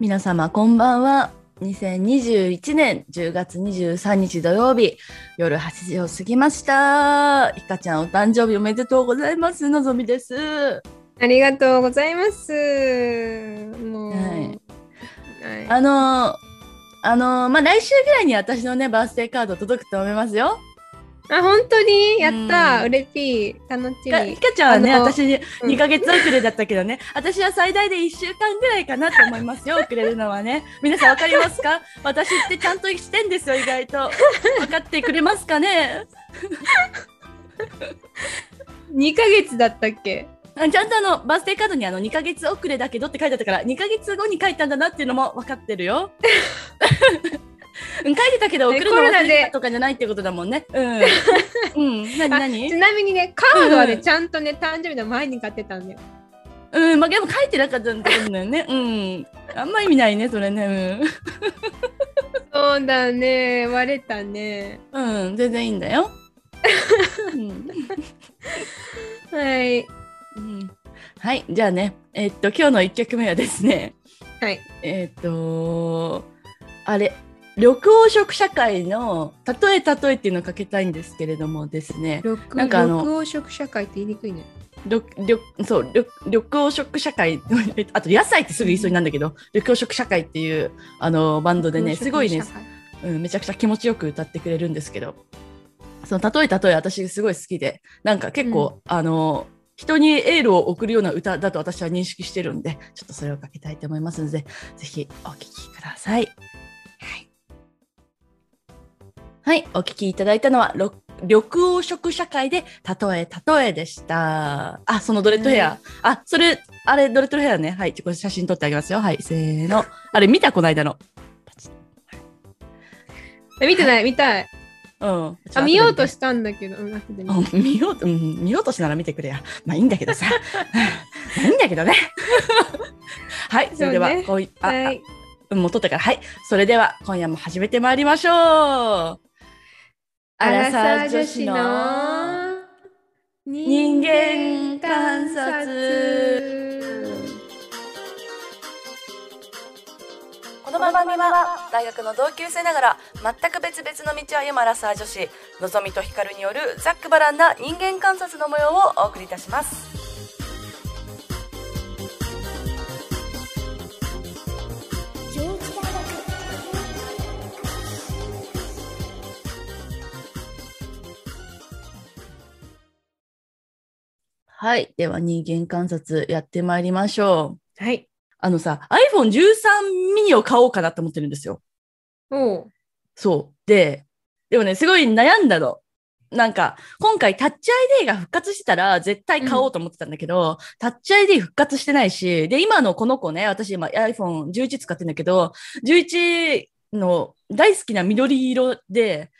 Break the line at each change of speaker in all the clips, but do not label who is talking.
皆様こんばんは2021年10月23日土曜日夜8時を過ぎましたいかちゃんお誕生日おめでとうございますのぞみです
ありがとうございます。もう、
はい
はい
あのあのまあ来週ぐらいに私のねバースデーカード届くと思いますよ
あ本当にやった、
うん
うれぴー楽し
いか
み
い。かちゃんはね
あの
私に
うん
2ヶ月遅れだったけどね、私は最大で1週間ぐらいかなと思いますよ遅れるのはね皆さんわかりますか私ってちゃんとしてんですよ意外と分かってくれますかね
2ヶ月だったっけ
あちゃんとあのバースデーカードにあの2ヶ月遅れだけどって書いてあったから2ヶ月後に書いたんだなっていうのも分かってるよ。 うん書いてたけど送るの
コロナ
忘
で
れたとかじゃないってことだもんね。 うん。うん。なにな
ち
に
なみにねカードはね、
うん
ちゃんとね誕生日の前に買ってたんだよ。
うん。まあでも書いてなかったんだよね。うん。あんま意味ないねそれね。
そうだね割れたね。
うん。うん。全然いいんだ よ。うん
はい
うん。はい。じゃあね。えっと今日の1曲目はですね。
はい
えっ、とあれ緑黄色社会の「例え例え」っていうのをかけたいんですけれどもですね
緑
なんかあの
緑黄色社会って言いにくいね。
緑緑そう緑緑黄色社会 あと「野菜」ってすぐ言いそうになるんだけど緑黄色社会っていうあのバンドでねすごいね
緑黄色社、会
うん、めちゃくちゃ気持ちよく歌ってくれるんですけどその「例え例え」私すごい好きでなんか結構、あの人にエールを送るような歌だと私は認識してるんでちょっとそれをかけたいと思いますのでぜひお聴きください。
はい
はい、お聞きいただいたのは、ろ緑黄色社会で、たとえたとえでした。あ、そのドレッドヘア。あ、それ、あれ、ドレッドヘアね。はい、ちょこれ写真撮ってあげますよ。はい、せーの。あれ、見たこないだの。パチッ
え見てない見たい。
うん。
あ見ようと
し
したんだけどうん後で見る
うん見ようと、うん、見ようとしなら見てくれや。まあいいんだけどさ。 まあいいんだけどね。 はい、それでは、
そうね
こういあ、
は
あ
い
うんもう撮ったから、はい。それでは、今夜も始めてまいりましょう。ア
アラサー女子の人間観察
この番組は大学の同級生ながら全く別々の道を歩むアラサー女子のぞみとひかるによるざっくばらんな人間観察の模様をお送りいたします。はい。では人間観察やってまいりましょう。
はい
あのさ、iPhone13 ミニを買おうかなと思ってるんですよ。
おう
そう。で、でもね、すごい悩んだの。なんか、今回タッチ ID が復活してたら絶対買おうと思ってたんだけど、タッチ ID 復活してないし、で、今のこの子ね、私今 iPhone11 使ってんだけど、11の大好きな緑色で、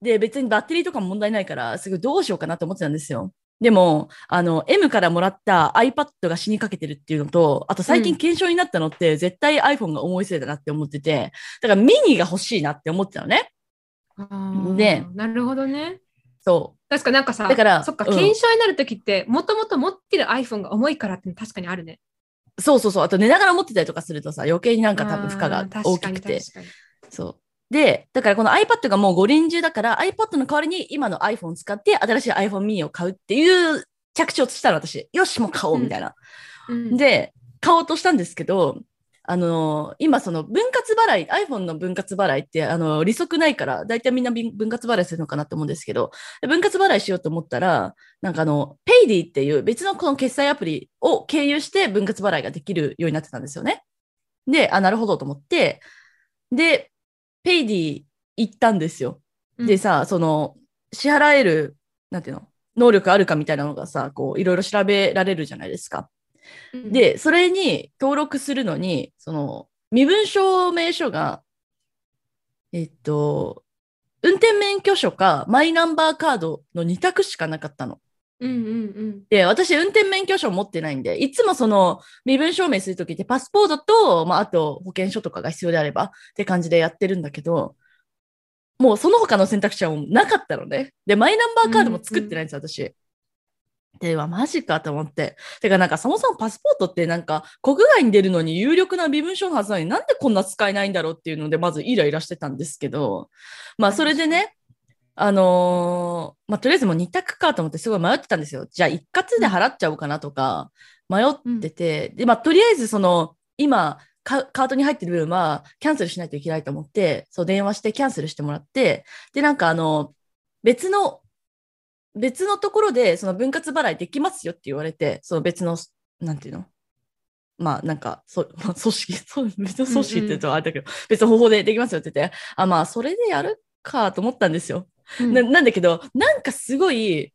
で、別にバッテリーとかも問題ないから、すごいどうしようかなと思ってたんですよ。でも、あの、M からもらった iPad が死にかけてるっていうのと、あと最近
うん
検証になったのって、絶対 iPhone が思いせいだなって思ってて、だからミニが欲しいなって思ってたのね。
あー
で
なるほどね
そ
確かなんかさ
だから
そっか、
うん
検証になる時ってもともと持ってる iPhone が重いからっての確かにあるね
う。そうそうそう。あと寝ながら持ってたりとかするとさ、余計になんか多
あ
分
ー
負荷が大きくて。
確かに確
そう。で、だからこの iPad がもう五輪中だから、iPad の代わりに今の iPhone 使って新しい iPhone mini を買うっていう着地をしたら私、よし、もう買おうみたいな。
かにうん
で、買おうとしたんですけど、あのー今その分割払い、iPhone の分割払いって、あのー利息ないから、大体みんなびん分割払いするのかなと思うんですけど、で分割払いしようと思ったら、なんかあの、Payday っていう別のこの決済アプリを経由して分割払いができるようになってたんですよね。で、あ、なるほどと思って、で、Payday 行ったんですよ。
うん
でさ、その、支払える、なんていうの、能力あるかみたいなのがさ、こう、いろいろ調べられるじゃないですか。
うん
で、それに登録するのに、その、身分証明書が、えっと、運転免許証かマイナンバーカードの2択しかなかったの。
うんうん
で、私、運転免許証持ってないんで、いつもその、身分証明するときってパスポートと、まあ、あと保険証とかが必要であればって感じでやってるんだけど、もうその他の選択肢はもうなかったのね。で、マイナンバーカードも作ってないんですよ、私。ではマジかと思って。てかなんかそもそもパスポートってなんか国外に出るのに有力な身分証のはずなのになんでこんな使えないんだろうっていうのでまずイライラしてたんですけど、まあそれでね、あのーまあとりあえずもう2択かと思ってすごい迷ってたんですよ。じゃあ一括で払っちゃおうかなとか迷ってて、でまあとりあえずその今カカートに入ってる分はキャンセルしないといけないと思って、そう電話してキャンセルしてもらって、でなんかあの別の別のところでその分割払いできますよって言われて、その別の、なんていうのまあなんか、そ まあ、組織、そう別の組織って言うとあれだけど、別の方法でできますよって言って、あ、まあそれでやるかと思ったんですよ。
うん
ななんだけど、なんかすごい、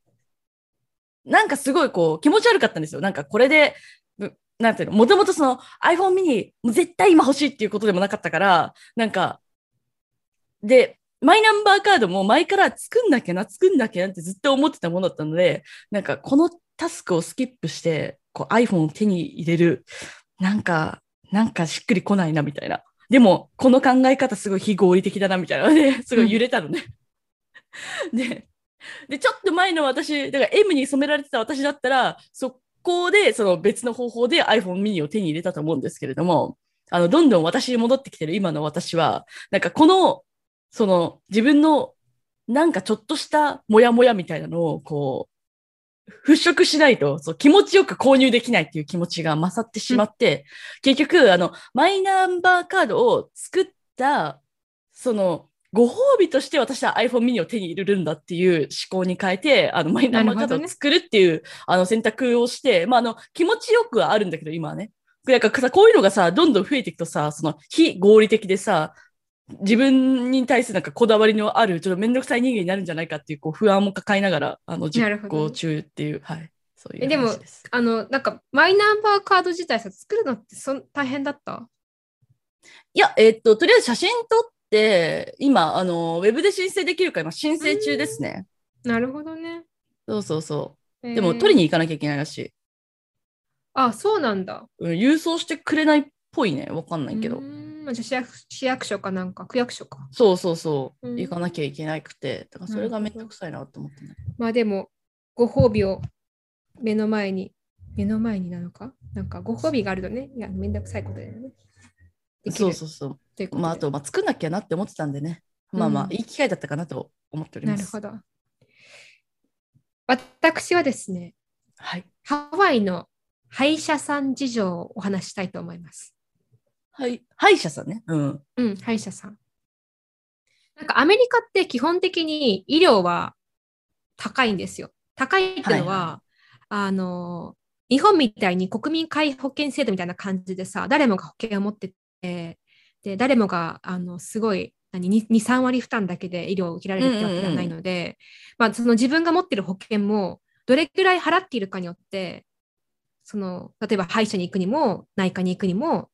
なんかすごいこう気持ち悪かったんですよ。なんかこれで、ぶなんていうの、もともとその iPhone mini、もう絶対今欲しいっていうことでもなかったから、なんか、で、マイナンバーカードも前から作んなきゃな、作んなきゃなってずっと思ってたものだったので、なんかこのタスクをスキップして、こう iPhone を手に入れる、なんか、なんかしっくりこないなみたいな。でも、この考え方すごい非合理的だなみたいなので、すごい揺れたのね。で、で、ちょっと前の私、だから M に染められてた私だったら、速攻でその別の方法で iPhone mini を手に入れたと思うんですけれども、あの、どんどん私に戻ってきてる今の私は、なんかこの、その自分のなんかちょっとしたモヤモヤみたいなのをこう、払拭しないと、そう気持ちよく購入できないっていう気持ちが勝ってしまって、結局、あの、マイナンバーカードを作った、その、ご褒美として私は iPhone mini を手に入れるんだっていう思考に変えて、あの、マイナンバーカード
なるほどね
を作るっていう、あの、選択をして、まあ、あの、気持ちよくはあるんだけど、今はね。なんかさ、こういうのがさ、どんどん増えていくとさ、その、非合理的でさ、自分に対するなんかこだわりのある、ちょっとめんどくさい人間になるんじゃないかっていう、こう、不安も抱えながら、あの、
なる
実
ほど
行中っていう、はい。そういう
えでも
話す
あの、なんか、マイナンバーカード自体さ、作るのってそん大変だった
いや、えっと、とりあえず写真撮って、今、あの、ウェブで申請できるから、今、申請中ですね。
なるほどね。
そうそうそう。
で
でも、取りに行かなきゃいけないらしい。
あ、そうなんだ。
うん郵送してくれないっぽいね。わかんないけ
う
ど。
ーんじゃあ市役市役所かなんか、区役所か。
そうそうそう。
うん
行かなきゃいけなくて。だからそれが
な
め
る
ん
ほど
どくさいなと思ってね。
まあでも、ご褒美を目の前に、目の前になのかなんかご褒美があるとね、いや、めんどくさいことだよね。でき
そう
る
そうそ
という
う。
ことで
まあ、あと、まあ、作んなきゃなって思ってたんでね。まあまあ、
うん
いい機会だったかなと思っており
な
ま
る
す。
ほど。私はですね、
はい。
ハワイの歯医者さん事情をお話ししたいと思います。
はい。歯医者さんね。うん。
うん、歯医者さん。なんかアメリカって基本的に医療は高いんですよ。高いっていうのは、
はい
あの、日本みたいに国民皆保険制度みたいな感じでさ、誰もが保険を持ってて、で、誰もが、あの、すごい、何、2、3割負担だけで医療を受けられるってわけではないので、まあ、その自分が持ってる保険も、どれくらい払っているかによって、その、例えば歯医者に行くにも、内科に行くにも、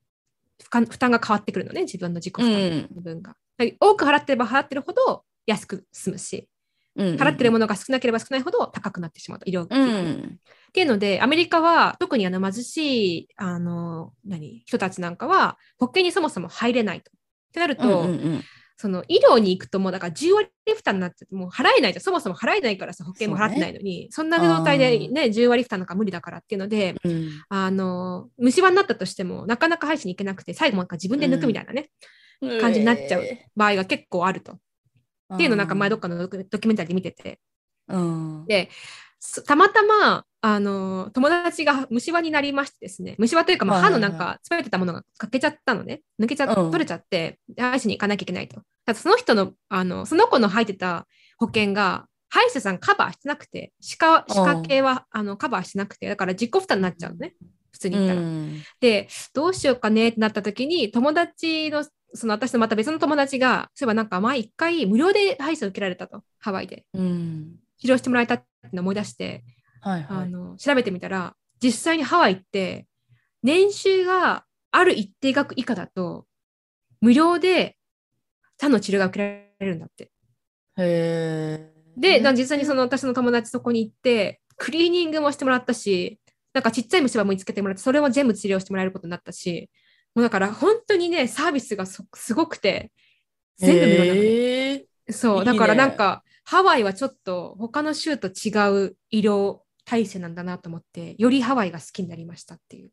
負担負担が変わってくるのね、自分の自己負担
うん
の部分が。で多く払ってれば払ってるほど安く済むし、
うん。
払ってる
も
ものが少なければ少ないほど高くなってしまうと、医療費
う
が
ん。
っていうので、アメリカは特にあの貧しいあの何人たちなんかは、保険にそもそも入れないと。ってなると、
うんうんうん
その医療に行くともうだから10割負担になっててもう払えないじゃんそもそも払えないからさ保険も払ってないのにそ,、んな状態でね10割負担なんか無理だからっていうので
うん
あの虫歯になったとしてもなかなか歯医者に行けなくて最後なんか自分で抜くみたいなね、感じになっちゃう
え
場合が結構あると
ー
っていうのをなんか前どっかのドキュドキュメンタリーで見てて
うん。
でそたまたまあの友達が虫歯になりましてですね虫歯というか、まあ、
はい
歯
は
の
いはい
なんか詰めてたものが欠けちゃったのね抜けちゃっ
うん
取れちゃってで歯医者に行かなきゃいけないとただその人のあのその子の入ってた保険が歯医者さんカバーしてなくて歯科歯科系はあのカバーしてなくてだから自己負担になっちゃうのね普通に言ったら。
うん
でどうしようかねってなった時に友達のその私のまた別の友達がそういえばなんか前一回無料で歯医者受けられたとハワイで
うん。
治療してもらえたっていうのを思い出して、
はいは
あ
い。
の調べてみたら実際にハワイって年収がある一定額以下だと無料で他の治療が受けられるんだって。
へー
で、なんか実際にその私の友達そこに行って、クリーニングもしてもらったし、なんかちっちゃい虫歯も見つけてもらって、それも全部治療してもらえることになったし、もうだから本当にね、サービスがそすごくて、全部無料なのね
へー
そ、
いういね
だからなんか、ハワイはちょっと他の州と違う医療体制なんだなと思って、よりハワイが好きになりましたっていう。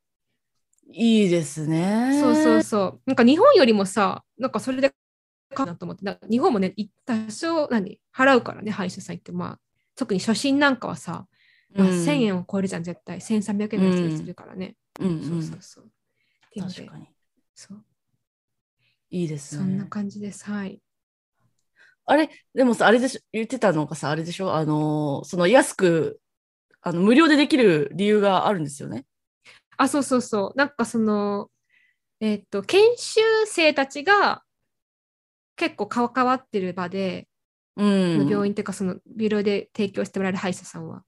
いいですね。
そうそうそう。なんか日本よりもさ、なんかそれでかなと思って、な日本もね、い多少何払うからね、歯医者さん行って、まあ、特に初診なんかはさ、まあ
うん
1000円を超えるじゃん、絶対。1300円ぐらいするからね。
うんう
そうんそうそう。っていうので
確かに。
そう
いいです
そんな
ね。
感じです。はい。
あれ、でもさ、あれでしょ、言ってたのがさ、あれでしょ、あのー、その安く、あの無料でできる理由があるんですよね。
あ、そうそうそう。なんかその、えっと、研修生たちが結構顔変わってる場で、
うん。
病院っていうか、その、ビューロで提供してもらえる歯医者さんは。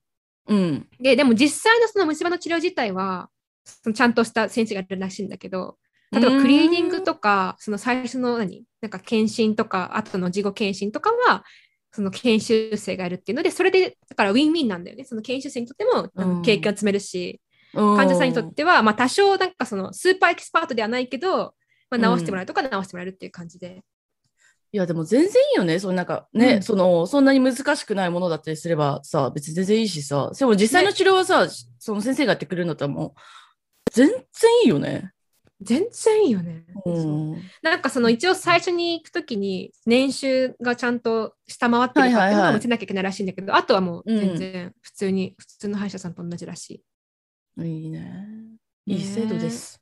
うん。
で、でも実際のその虫歯の治療自体は、そのちゃんとした先生がいるらしいんだけど、例えばクリーニングとか、その最初の何、なんか検診とか、後の事後検診とかは、その研修生がいるっていうので、それで、だからウィンウィンなんだよね。その研修生にとってもあ
う
の
ん
経験を積めるし、
う
患者さんにとっては、まあ多少なんかそのスーパーエキスパートではないけど、まあ
うん
直してもらうとか直してもらえるっていう感じで。
いや、でも全然いいよね。そのなんかね、
うん
その、そんなに難しくないものだったりすればさ、別に全然いいしさ、でも実際の治療はさ、その先生がやってくれるんだったらもう、全然いいよね。
全然いいよね。
う。
そうんなんかその一応最初に行くときに年収がちゃんと下回ってるかっていう
はいは
の
いは
を
い
見せなきゃいけないらしいんだけど、あとはもう
うん
全然普通に、普通の歯医者さんと同じらしい。
いいね。いい制度です。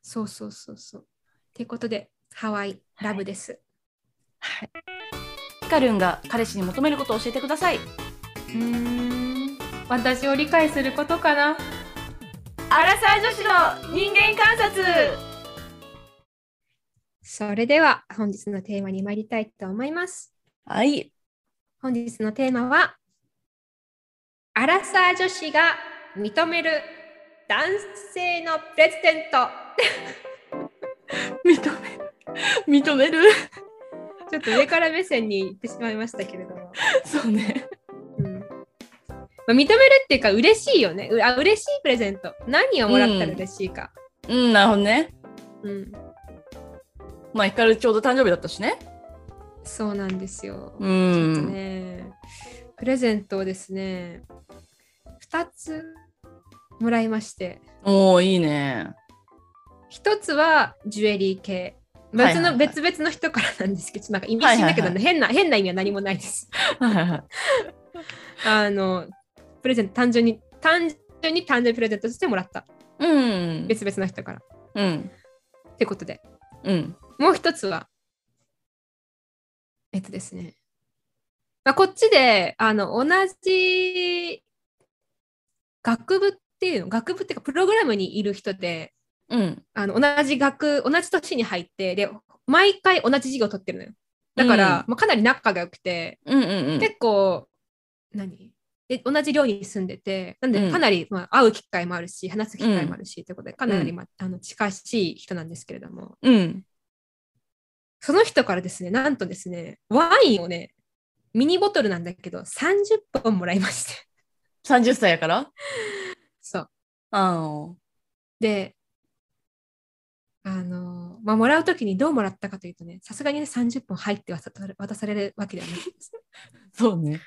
そうそうそうそう。ということで、ハワイラブです。
はい。ヒカルンが彼氏に求めることを教えてください。
うん、私を理解することかな。
アラサー女子の人間観察
それでは本日のテーマに参りたいと思います。
はい。
本日のテーマは、アラサー女子が認める男性のプレゼント。
認める。認める。
ちょっと上から目線に行ってしまいましたけれども。
そうね。
うんまあ、認めるっていうか嬉しいよねうあ嬉しいプレゼント何をもらったら嬉しいか、
うん、なるほどね。
うん
まあ、ヒカルちょうど誕生日だったしね。
そうなんですよ、
う
ちょっと
ん。
ねプレゼントをですね2つもらいまして
おおいいね。
1つはジュエリー系別の、
はいはいはい
別々の人からなんですけどちょっとなんか意味深だけどね、
はいはい
変な変な意味は何もないです
はいはいはい。
あのプレゼント単純に単純に誕生日プレゼントとしてもらった
うん。
別々の人から
うん。
ってことで
うん。
もう一つはえっとですね、まあ、こっちであの同じ学部っていうの学部っていうかプログラムにいる人で
うん。
あの同じ学同じ年に入ってで毎回同じ授業を取ってるのよだから、まあ、かなり仲が良くて
うんうん
結構何で同じ寮に住んでてなん
う
で
ん
かなり、まあ、会う機会もあるし話す機会もあるし、ということでかなり、
うん
まあ、あの近しい人なんですけれども
うん。うん。
その人からですねなんとですねワインをねミニボトルなんだけど30本もらいまして
30歳やから
そう
あの
であのまあ、もらう時にどうもらったかというとねさすがにね30本入って渡され渡されるわけ ではない
そうね。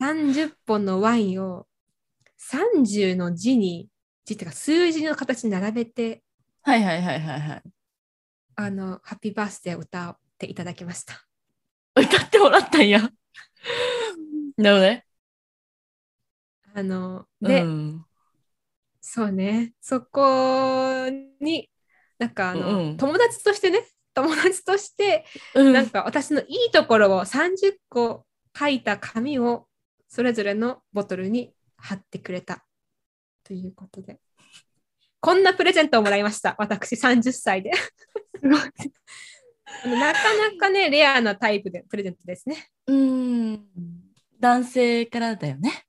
30本のワインを30の字に字っていうか数字の形に並べて
はいはいはいはいは
あのハッピーバースデーを歌っていただきました
い。歌ってもらった んや。なるほどね。
あので、
うん、
そうねそこになんかあの、
うん
友達としてね友達として
うん
なんか私のいいところを30個書いた紙をそれぞれのボトルに貼ってくれたということでこんなプレゼントをもらいました私30歳で あのなかなかねレアなタイプでプレゼントですね
うん。男性からだよね。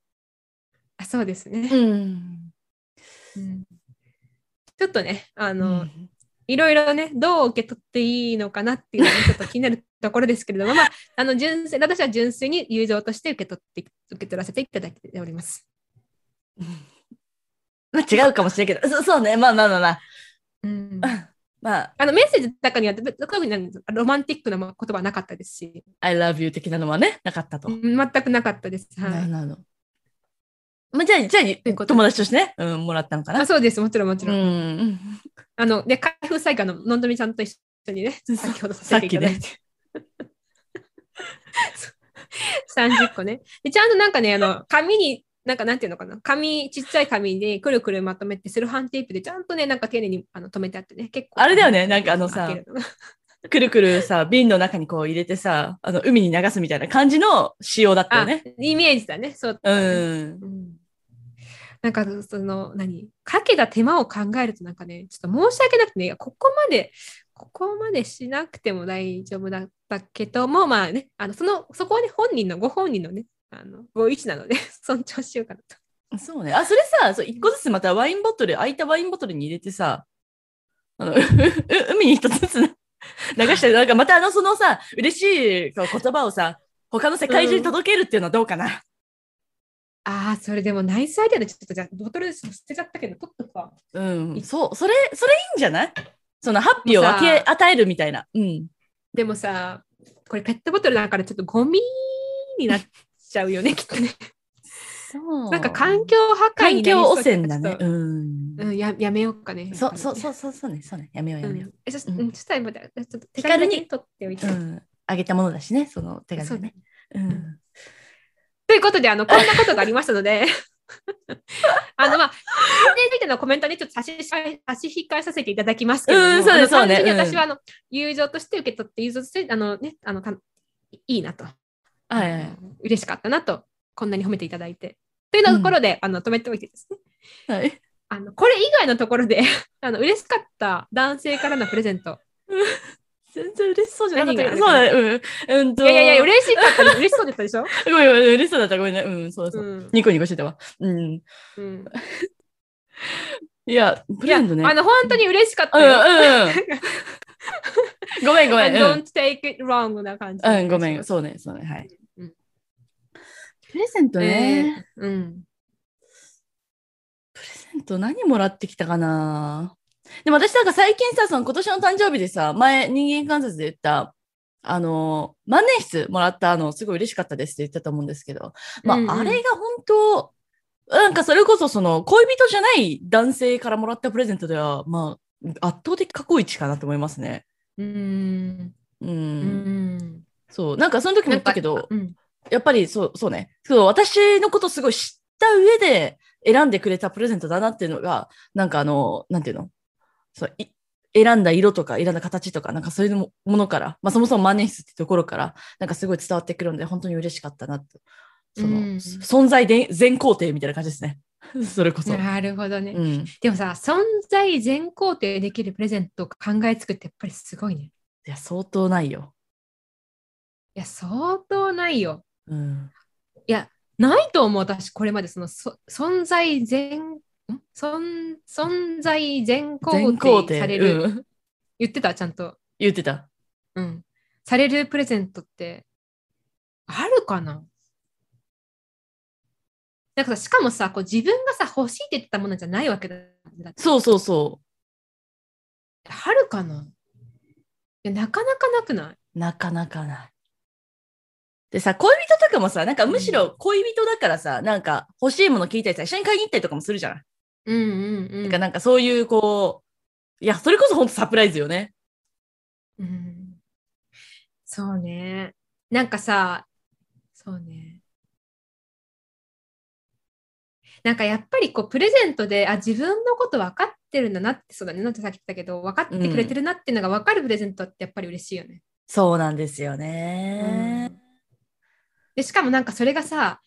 あそうですね、
ん。
うんちょっとねあ
あ
の、いろいろねどう受け取っていいのかなっていうのがちょっと気になるところですけれども、 まあ、あの純粋私は純粋に友情として受け取って受け取らせていただいております
まあ、違うかもしれんけど、そうそうね。まあまあまあまあ。
うん
まあ、
あのメッセージの中には別特になんロマンティックな言葉はなかったですし、
I love you 的なのはね、なかったと。
全くなかったです。はい
なるほど。まあ、じゃあ、じゃ
いう
あ、
こと
友達としてね、うん、もらったのかな。
あそうです、もちろんもち
う
ろん。
ん。
あの、で、開封再開ののんどみちゃんと一緒にね、 先ほどさせていただいて。 そう30個ね。で、ちゃんとなんかね、あの、紙に、なんかなんていうのかな、紙、ちっちゃい紙でくるくるまとめて、セルファンテープでちゃんとね、なんか丁寧にあの止めてあってね、結構。
あれだよねなんかあのさ
開けるのが
くるくるさ、瓶の中にこう入れてさ、あの、海に流すみたいな感じの仕様だったよ
あ、
ね。
イメージだね、そう。
うん。
うんなんかその何かけた手間を考えるとなんかねちょっと申し訳なくてねいやここまでここまでしなくても大丈夫だったけどもまあねあのそのそこはね本人のご本人のねあのご意思なので 尊重しようかなと。
そうね。あ、それさ、そう一個ずつまたワインボトル、空いたワインボトルに入れてさ、あの、うう 海に一つずつ な流して、なんかまたあの、そのさ、嬉しいこう言葉をさ、他の世界中に届けるっていうのはどうかな。
ああそれでもナイスアイデアでちょっとじゃあボトル捨てちゃったけど取っとくわ。
うん、
い
そう、それ、それいいんじゃないそのハッピーを分け与えるみたいな。うん。
でもさこれペットボトルだからちょっとゴミになっちゃう よねきっとね。
そう
なんか環境破壊
環
になり
境
そう
汚染だね。
ちょっ
うん
と。うん、ややめようかね。
そうそう
う
そうそうそうね。そうね。やめようやめよう。
えちょっと、
うん
うん、ちょっと今だちょっと手
気軽
軽
に
に取っておいて。
うん。あげたものだしね、その手紙
そ
が
うね
ね。うん。
ということであのこんなことがありましたので あのまあ関連についてのコメントにちょっと差し控え差し控えさせていただきますけれども、
うんそうですそ
あの
うね
単純に
うん
私はあの、友情として受け取って友情としてあのねあのたいいなと、
はいはい。
あの嬉しかったなとこんなに褒めていただいてというようなところで、あの止めておいてですね
はい。
あのこれ以外のところで あの嬉しかった男性からのプレゼント
全然嬉しそうじゃなかったけど。
何
そう
が
だね。うん。うん
い
と。
やいやいや
し
嬉しかった嬉しそうだったでしょ、
い。ごめんごめん、嬉しそうだった。ごめんね。うん、そうそう。
うん
ニコニコしてたわ。うん。
うん
いや、プレゼントね。
いやあの本当に嬉しかっ
う
た
んう
よ。
ん うん。ごめんごめん。うん
Don't take it wrong な感じ。
うん、ごめん。そうね、そうね。はい。
うん
プレゼントね。
ね。うん。
プレゼント何もらってきたかなでも私なんか最近さ、その今年の誕生日でさ、前人間観察で言った、あの、万年筆もらったの、すごい嬉しかったですって言ったと思うんですけど、まあ、
うんうん
あれが本当、なんかそれこそその恋人じゃない男性からもらったプレゼントでは、まあ、圧倒的過去一かなと思いますね。
うん。
うん。
うん。
そう。なんかその時も言ったけ
なん
ど
か、うん。
やっぱりそう、そうね。そう、私のことすごい知った上で選んでくれたプレゼントだなっていうのが、なんかあの、なんていうのそう、い選んだ色とか選んだ形とか、なんかそういうもものから、まあそもそも万年筆ってところから、なんかすごい伝わってくるので、本当に嬉しかったなと。その、
うん
存在で全工程みたいな感じですね。 それこそ。
なるほどね。
うん。
でもさ、存在全肯定できるプレゼントを考えつくってやっぱりすごいね。
いや、相当ないよ。
いや、相当ないよ。
うん。
いや、ないと思う、私、これまでそのそ存在全、ん存存在
全
全肯
工
定
程。
される。
うん
言ってた、ちゃんと。
言ってた。
うん。されるプレゼントってあるかななんかさ、しかもさ、こう自分がさ、欲しいって言ってたものじゃないわけだ。
そうそうそ。
あるかないやなかなかなくないう
なかなかない。でさ、恋人とかもさ、なんかむしろ恋人だからさ、なんか欲しいもの聞いたりさ、一緒に買いに行ったりとかもするじゃない。
うんうんうん。
だからなんかそういうこう、いや、それこそ本当サプライズよね。
うん、そうね。なんかさ、そうね。なんかやっぱりこうプレゼントであ自分のこと分かってるんだなってそうだねなんてさっき言ったけど分かってくれてるなっていうのが分かるプレゼントってやっぱり嬉しいよね。
そうなんですよ
う
ね。
んでしかもなんかそれがさ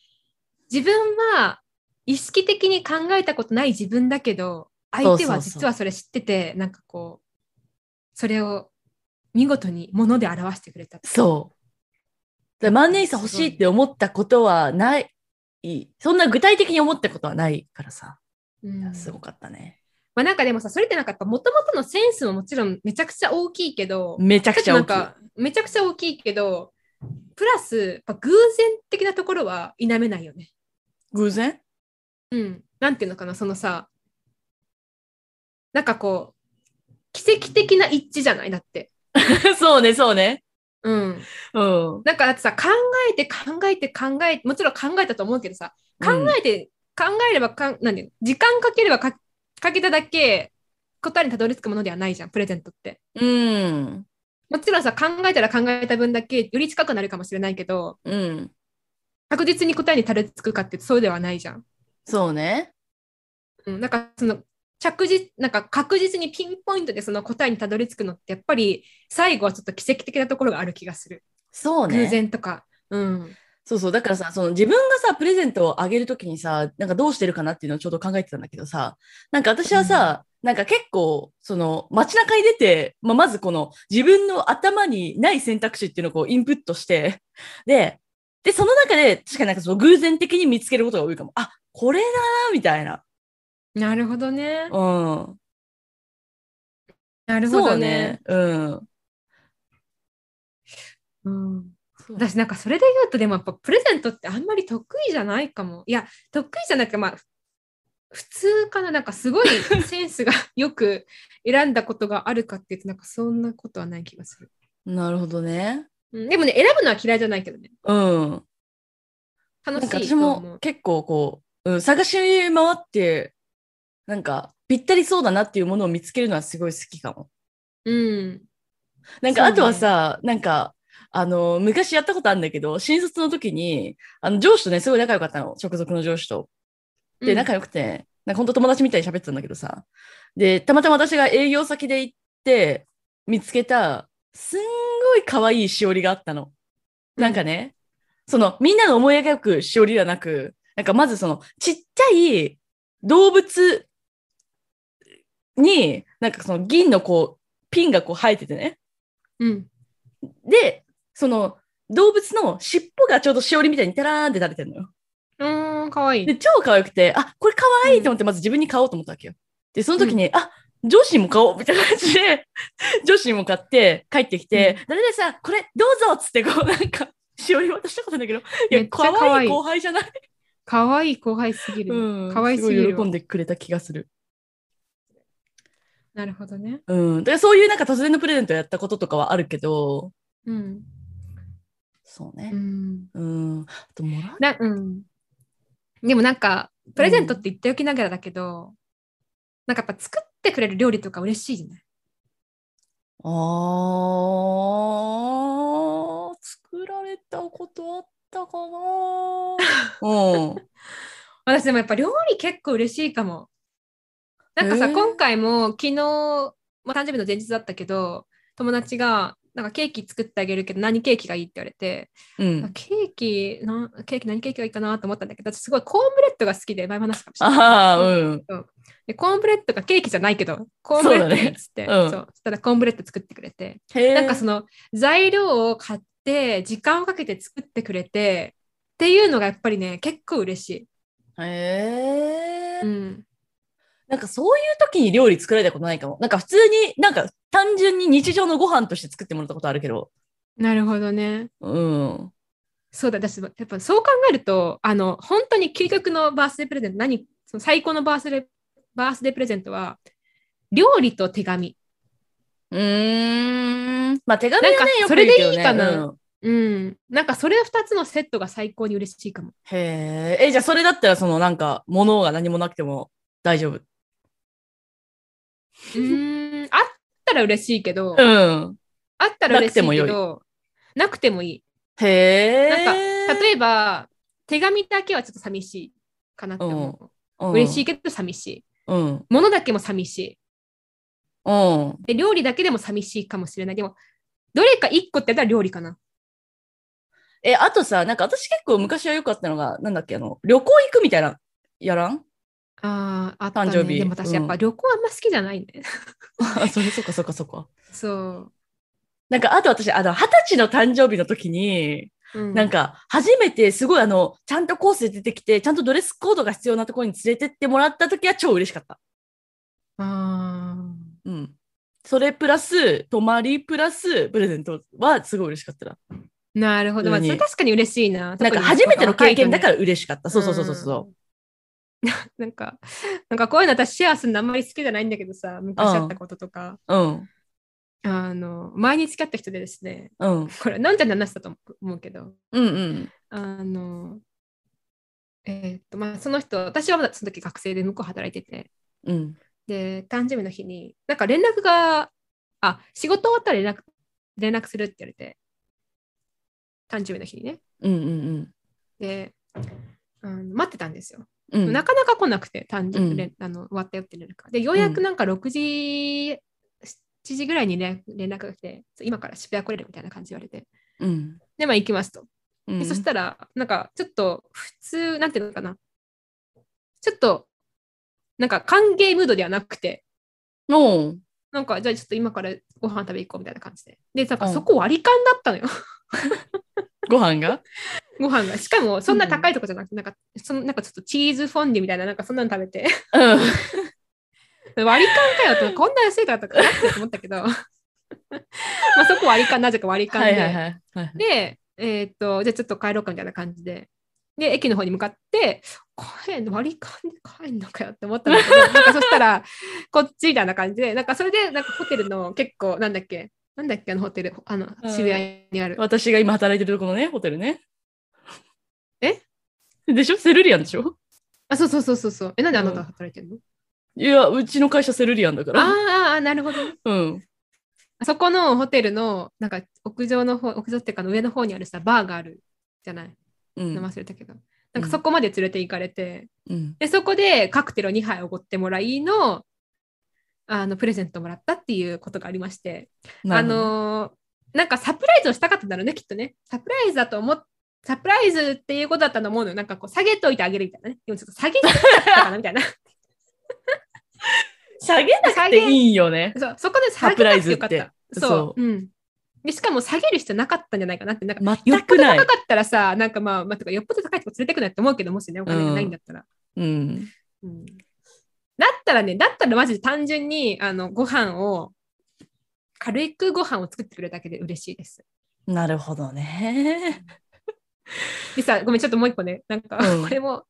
自分は意識的に考えたことない自分だけど相手は
そうそうそう
実はそれ知っててなんかこうそれを見事に物で表してくれたって
そう。で万年筆欲しいって思ったことはない。そんな具体的に思ったことはないからさ、
う
い
ん
やすごかったね。
まあなんかでもさ、それってなんかやっぱもともとのセンスももちろんめちゃくちゃ大きいけど、
めちゃくちゃ
なん
大きい。
かめちゃくちゃ大きいけど、プラスやっぱ偶然的なところは否めないよね。
偶然
うん。なんていうのかな、そのさ、なんかこう、奇跡的な一致じゃないだって。
そうね、そうね。
うん。
うん。
なんかだってさ、考えて考えて考えもちろん考えたと思うけどさ、考えて、考えればかん、何時間かければかかけただけ答えにたどり着くものではないじゃん、プレゼントって。
うん。
もちろんさ、考えたら考えた分だけより近くなるかもしれないけど、
うん。
確実に答えにたどり着くかってそうではないじゃん。
そうね。
うん、なんかその着実なんか確実にピンポイントでその答えにたどり着くのってやっぱり最後はちょっと奇跡的なところがある気がする、
そうね。
偶然とか、うん、
そうそう。だからさ、その自分がさ、プレゼントをあげるときにさ、なんかどうしてるかなっていうのをちょうど考えてたんだけどさ、なんか私はさ、なんか結構、その街中に出て、まあ、まずこの自分の頭にない選択肢っていうのをこうインプットして、で、で、その中で確かになんかその偶然的に見つけることが多いかも。あ、これだな、みたいな。
なるほどね
うん。
なるほ
そ
ど
う
ね
ね。うん。
うん、私なんかそれで言うとでもやっぱプレゼントってあんまり得意じゃないかもいや得意じゃなくてまあ普通かななん かすごいセンスがよく選んだことがあるかっていうとなんかそんなことはない気がする、
なるほどね。
うん、でもね選ぶのは嫌いじゃないけどね
うん。
楽
なんか
しい
私
と思
も
う
結構こう、うん、探し回ってなんかぴったりそうだなっていうものを見つけるのはすごい好きかも。
うん
なん
そう
か
ね
あとはさ、なんかあの昔やったことあるんだけど新卒の時にあの上司とねすごい仲良かったの直属の上司と。
う
で
ん
仲良くて、なんか本当友達みたいに喋ってたんだけどさでたまたま私が営業先で行って見つけたすんごい可愛いしおりがあったの。なんかね、そのみんなの思い描くしおりではなく、なんかまずそのちっちゃい動物に、なんかその銀のこう、ピンがこう生えててね。
うん
で、その動物の尻尾がちょうどしおりみたいにタラーンって垂れてるのよ。
うーん、かわい
で、
い。
超可愛くて、あ、これ可愛いと思ってまず自分に買おうと思ったわけよ。で、その時に、あ、女子にも買おうみたいな感じで、 女子にも買って帰ってきて、誰々さん、これどうぞっつってこう、なんか、しおり渡したことなんだけど、い
め
や、
っちゃ可
可
愛
愛
い
い後輩じゃない
かわいい後輩すぎる。
うん
可愛すぎる
す
わ
ごい喜んでくれた気がする。
なるほどね。
うん。だからそういうなんか突然のプレゼントやったこととかはあるけど、
うん。
そう
う
ね。
ん。
うん。あともらう
なうん、でもなんか、プレゼントって言っておきながらだけど、なんかやっぱ作ってくれる料理とか嬉しいじゃない
あー、作られたことあったかな うん。
私でもやっぱ料理結構嬉しいかも。なんかさ、
へー
今回も昨日、まあ、誕生日の前日だったけど、友達が、なんかケーキ作ってあげるけど何ケーキがいいって言われて、
うん
あ。ケーキな、ケーキ何ケーキがいいかなと思ったんだけど、私すごいコーンブレッドが好きで、前も話したかもしれない。
ああ、うん。
でコーンブレッドがケーキじゃないけどコーンブレッドねっつって
そうだねうん
そうそしたらコーンブレッド作ってくれて、
へ
なんかその材料を買って時間をかけて作ってくれてっていうのがやっぱりね結構嬉し
の。へ
い、
え
う。ん、
なんかそういう時に料理作られたことないかも。なんか普通に、なんか単純に日常のご飯として作ってもらったことあるけど。
なるほどね
うん。
そうだ私やっぱそう考えるとあの本当に究極のバースデープレゼント何その最高のバースデーバースデープレゼントは料理と手紙
うーん。まあ手紙はね
なんか、
よく
それでいい
言うけどね
かな
うん
うんなんかそれ2つのセットが最高に嬉しいかも
へえ。え、じゃあそれだったら、そのなんか、物が何もなくても大丈夫。
うーんあったら嬉しいけ
う
ど、
ん。
あったら嬉しい
なく
け
ても
ど、なくてもいい。
へえ。
なんか、例えば、手紙だけはちょっと寂しいかなって思う。
うん
嬉しい。けど寂しい。
うん。
物だけも寂しい。
うん。
で、料理だけでも寂しいかもしれない。でも、どれか一個って言ったら料理かな。
え、あとさ、なんか私結構昔は良かったのが、なんだっけ、あの、旅行行くみたいな、やらん
ああ、あった、ね、
誕生日
でも私
うん
やっぱ旅行あんま好きじゃないね。
あ、それそっかそっかそっか。
そ
なんか、あと私、あの、二十歳の誕生日の時に、
う。う
なん、か、初めてすごいあの、ちゃんとコースで出てきて、ちゃんとドレスコードが必要なところに連れてってもらった時は超嬉しかった。
あ
うん。それプラス、泊まりプラス、プレゼントはすごい嬉しかったな。
ーなるほど。まあ、
普
そ
通に
れ確かに嬉しいな。
なん
特
か
に
初めての経験だから
若いとね
嬉しかった。そうそうそうそうそう。
うん。 なんか、なんかこういうの私シェアするのあんまり好きじゃないんだけどさ、昔あったこととか。
うん。
あの前に付き合った人でですね
うん。
これなんちゃんの話だと思うけど
うんうん。
あのえーっとまあ、その人、私はまだその時学生で向こう働いてて、
うん。
で、誕生日の日に、なんか連絡が、あ、仕事終わったら連絡連絡するって言われて、誕生日の日にね。
うんうん
で、うん、待ってたんですよ。
うん。うん。
なかなか来なくて、誕生
う
日
ん
連あの終わったよって連絡が。で、ようやくなんか6時、7時ぐらいに連連絡が来て、今から渋谷来れるみたいな感じで言われて、
うん。
で、まあ行きますと。
う
で
ん。
そしたら、なんかちょっと普通、なんていうのかな、ちょっとなんか歓迎ムードではなくて、
おう
なんかじゃあちょっと今からご飯食べ行こうみたいな感じで。で、なんか
うん
そこ割り勘だったのよ、
ご飯が
ご飯が。しかもそんな高いとこじゃなくて、なんかそのなんかちょっとチーズフォンデュみたいな、なんかそんなの食べて、
うん。
割り勘かよと、こんな安いからとかなって思ったけど、 まあそこ割り勘、なぜか割り勘
は
で。
いはいはいはい。
で、えーっと、じゃあちょっと帰ろうかみたいな感じで、で、駅の方に向かって、帰ん割り勘で帰んのかよって思った んだけど、なんかそしたら、こっちみたいな感じで、なんかそれで、なんかホテルの結構、なんだっけ、なんだっけ、あのホテル、あの
うん
渋谷にある。
私が今働いてるとこのね、ホテルね。
え
でしょセルリアンでしょ
あ、そうそうそうそうそう。え、なんであな
う
た
ん
働いてるの、
いや、うちの会社セルリアンだか
あ
ら。
ーあー、なるほどね。
うん。
そこのホテルの、なんか屋上の方、屋上っていうか、上の方にあるさ、バーがあるじゃない。
う
名前
ん。
忘れたけど。なんかそこまで連れて行かれて、
うん。
で、そこでカクテルを2杯おごってもらいの、あの、プレゼントをもらったっていうことがありまして、
な
あ
るほどね
のー、なんかサプライズをしたかったんだろうね、きっとね。サプライズだと思っサプライズっていうことだったと思うのよ。なんかこう、下げといてあげるみたいなね。でもちょっと下げちゃったかな、みたいな。
下げなくていいよね。
そうそこで下
サプ
げ
ラ
な
イ
くて
ズっ
よかってた。。そううん。で、しかも下げる必要なかったんじゃないかなって。なんか、よっ
全
ぽ
く
ど
ない
高。かったらさ、なんかまあ、まあ、とか、よっぽど高いとこ連れてくなって思うけど、もしね、お金がないんだったら。
うん。
うんだったらね、だったらマジで単純にあのご飯を、軽くご飯を作ってくれただけで嬉しいです。
なるほどね。
でさ、ごめん、ちょっともう一個ね、なんか、
うん
これも、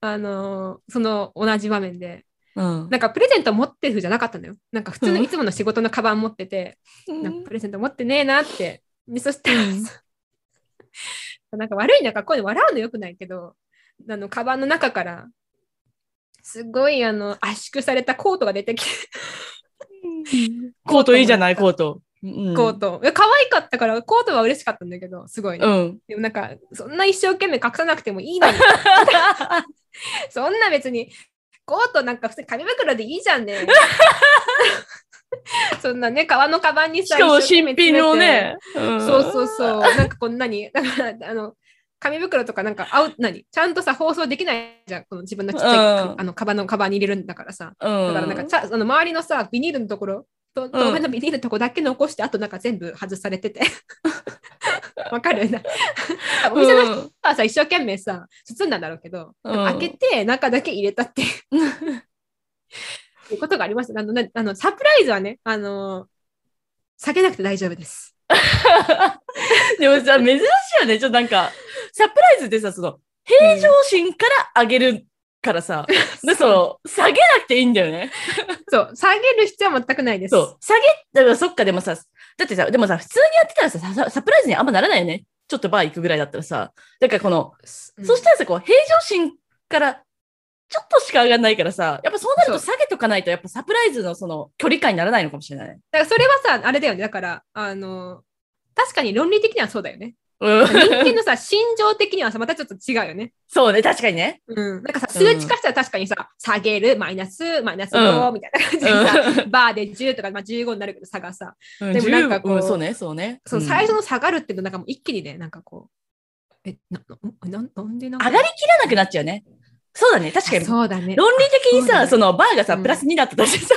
あのーその同じ場面で、
うん。
なんかプレゼント持ってるじゃなかったのよ。なんか普通の
うん
いつもの仕事のカバン持ってて、なんかプレゼント持ってねえなって。で、そしたら
うん
さ、なんか悪いなんかこういうの笑うのよくないけど、あの、カバンの中から、すごいあの圧縮されたコートが出てきて、
コートいいじゃない、コート。うん
コー。ト。いや可愛かったから、コートは嬉しかったんだけど、すごいね、
うん。
でもなんか、そんな一生懸命隠さなくてもい いのに、 そんな別に、コートなんか普通に紙袋でいいじゃ んね。そんなね、革のカバンに
し
さ、
かも
一生
新
懸命詰め
品
て
を。ね。。
そうそううそう。なんかこんなに、だから、あの、紙袋とかなんか、あう、何ちゃんとさ、放送できないじゃん。この自分のちっちゃい、
うん
あの、カバンのカバンに入れるんだからさ。
だ
だからなんかちゃ、あの周りのさ、ビニールのところ、と透明のビニールのところだけ残して、あとなんか全部外されて て。わかるな。お店の人
人
はさ、一生懸命さ、包んだんだろうけど、開けて中だけ入れた っていうっていうことがありました。あの、なあのサプライズはね、あのー下げなくて大丈夫です。
でもさ、珍しいよね。ちょっとなんか、サプライズってさ、その、平常心から上げるからさ、で、そう、下げなくていいんだよね。
そう、下げる必要は全くないです。
そう、下げ、だからそっか、でもさ、だってさ、でもさ、普通にやってたらさ、さサプライズにあんまならないよね。ちょっとバー行くぐらいだったらさ。だからこの、
うん
そしたらさ、こう、平常心から、ちょっとしか上がんないからさ、やっぱそうなると
そ
下げとかないと、やっぱサプライズのその距離感にならないのかもしれないね。
だからそれはさ、あれだよね。だから、あのー確かに論理的にはそうだよ ね。
う
人間
ん。
のさ、心情的にはさ、またちょっと違うよね。
そうね、確かにね。
うん、なんかさ、数
うん
値化したら確かにさ、下げる、マイナス、マイナス
う
5みたいな感じでさ、
う
バーで10とか、まあ、15になるけど差がさ、
ん。
でもなんかこう
うんそうね、そうね。
そう
うん
最初の下がるっていうのなんかもう一気にね、なんかこう、え、な、ななんなんでなんか
上がりきらなくなっちゃうね。そうだね、確かに
あ。そうだね。
論理的にさ、
あ
そのバーがさ、
うん
プラス2だったと してさ、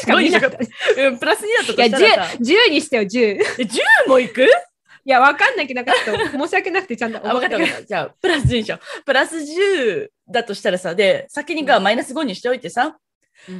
しか見なかったい
うん、プラス2だったと
や、
したらさ
10、、10にしてよ、10。い
え10もいく
や、わかんないけど、なんかちょっと申し訳なくて、ちゃんと
あ、分かった分かった。じゃあ、プラス10にしよう。プラス10だとしたらさ、で、先にがマイナス5にしておいてさ、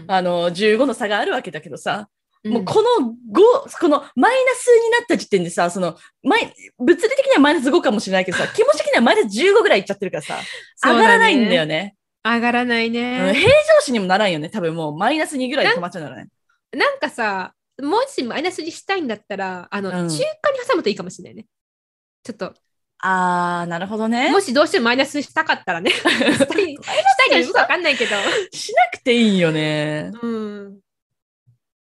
あの、15の差があるわけだけどさ、もうこの5、このマイナスになった時点でさ、その、マイ物理的にはマイナス5かもしれないけど さ、気持ち的にはマイナス15ぐらいいっちゃってるからさ、
うん
上がらないんだよ
ね。
ね。
上がらない
うん
ね。
平常心にもならんよね。多分もうマイナス2ぐらいで止まっちゃうんだろうね。
なんかさ、もしマイナスにしたいんだったら、あの、
うん
中間に挟むといいかもしれないね。ちょっと、
あー、なるほどね。
もしどうしてもマイナスしたかったら ねしたいしたいかよくわかんないけど、
しなくていいよね。
うん、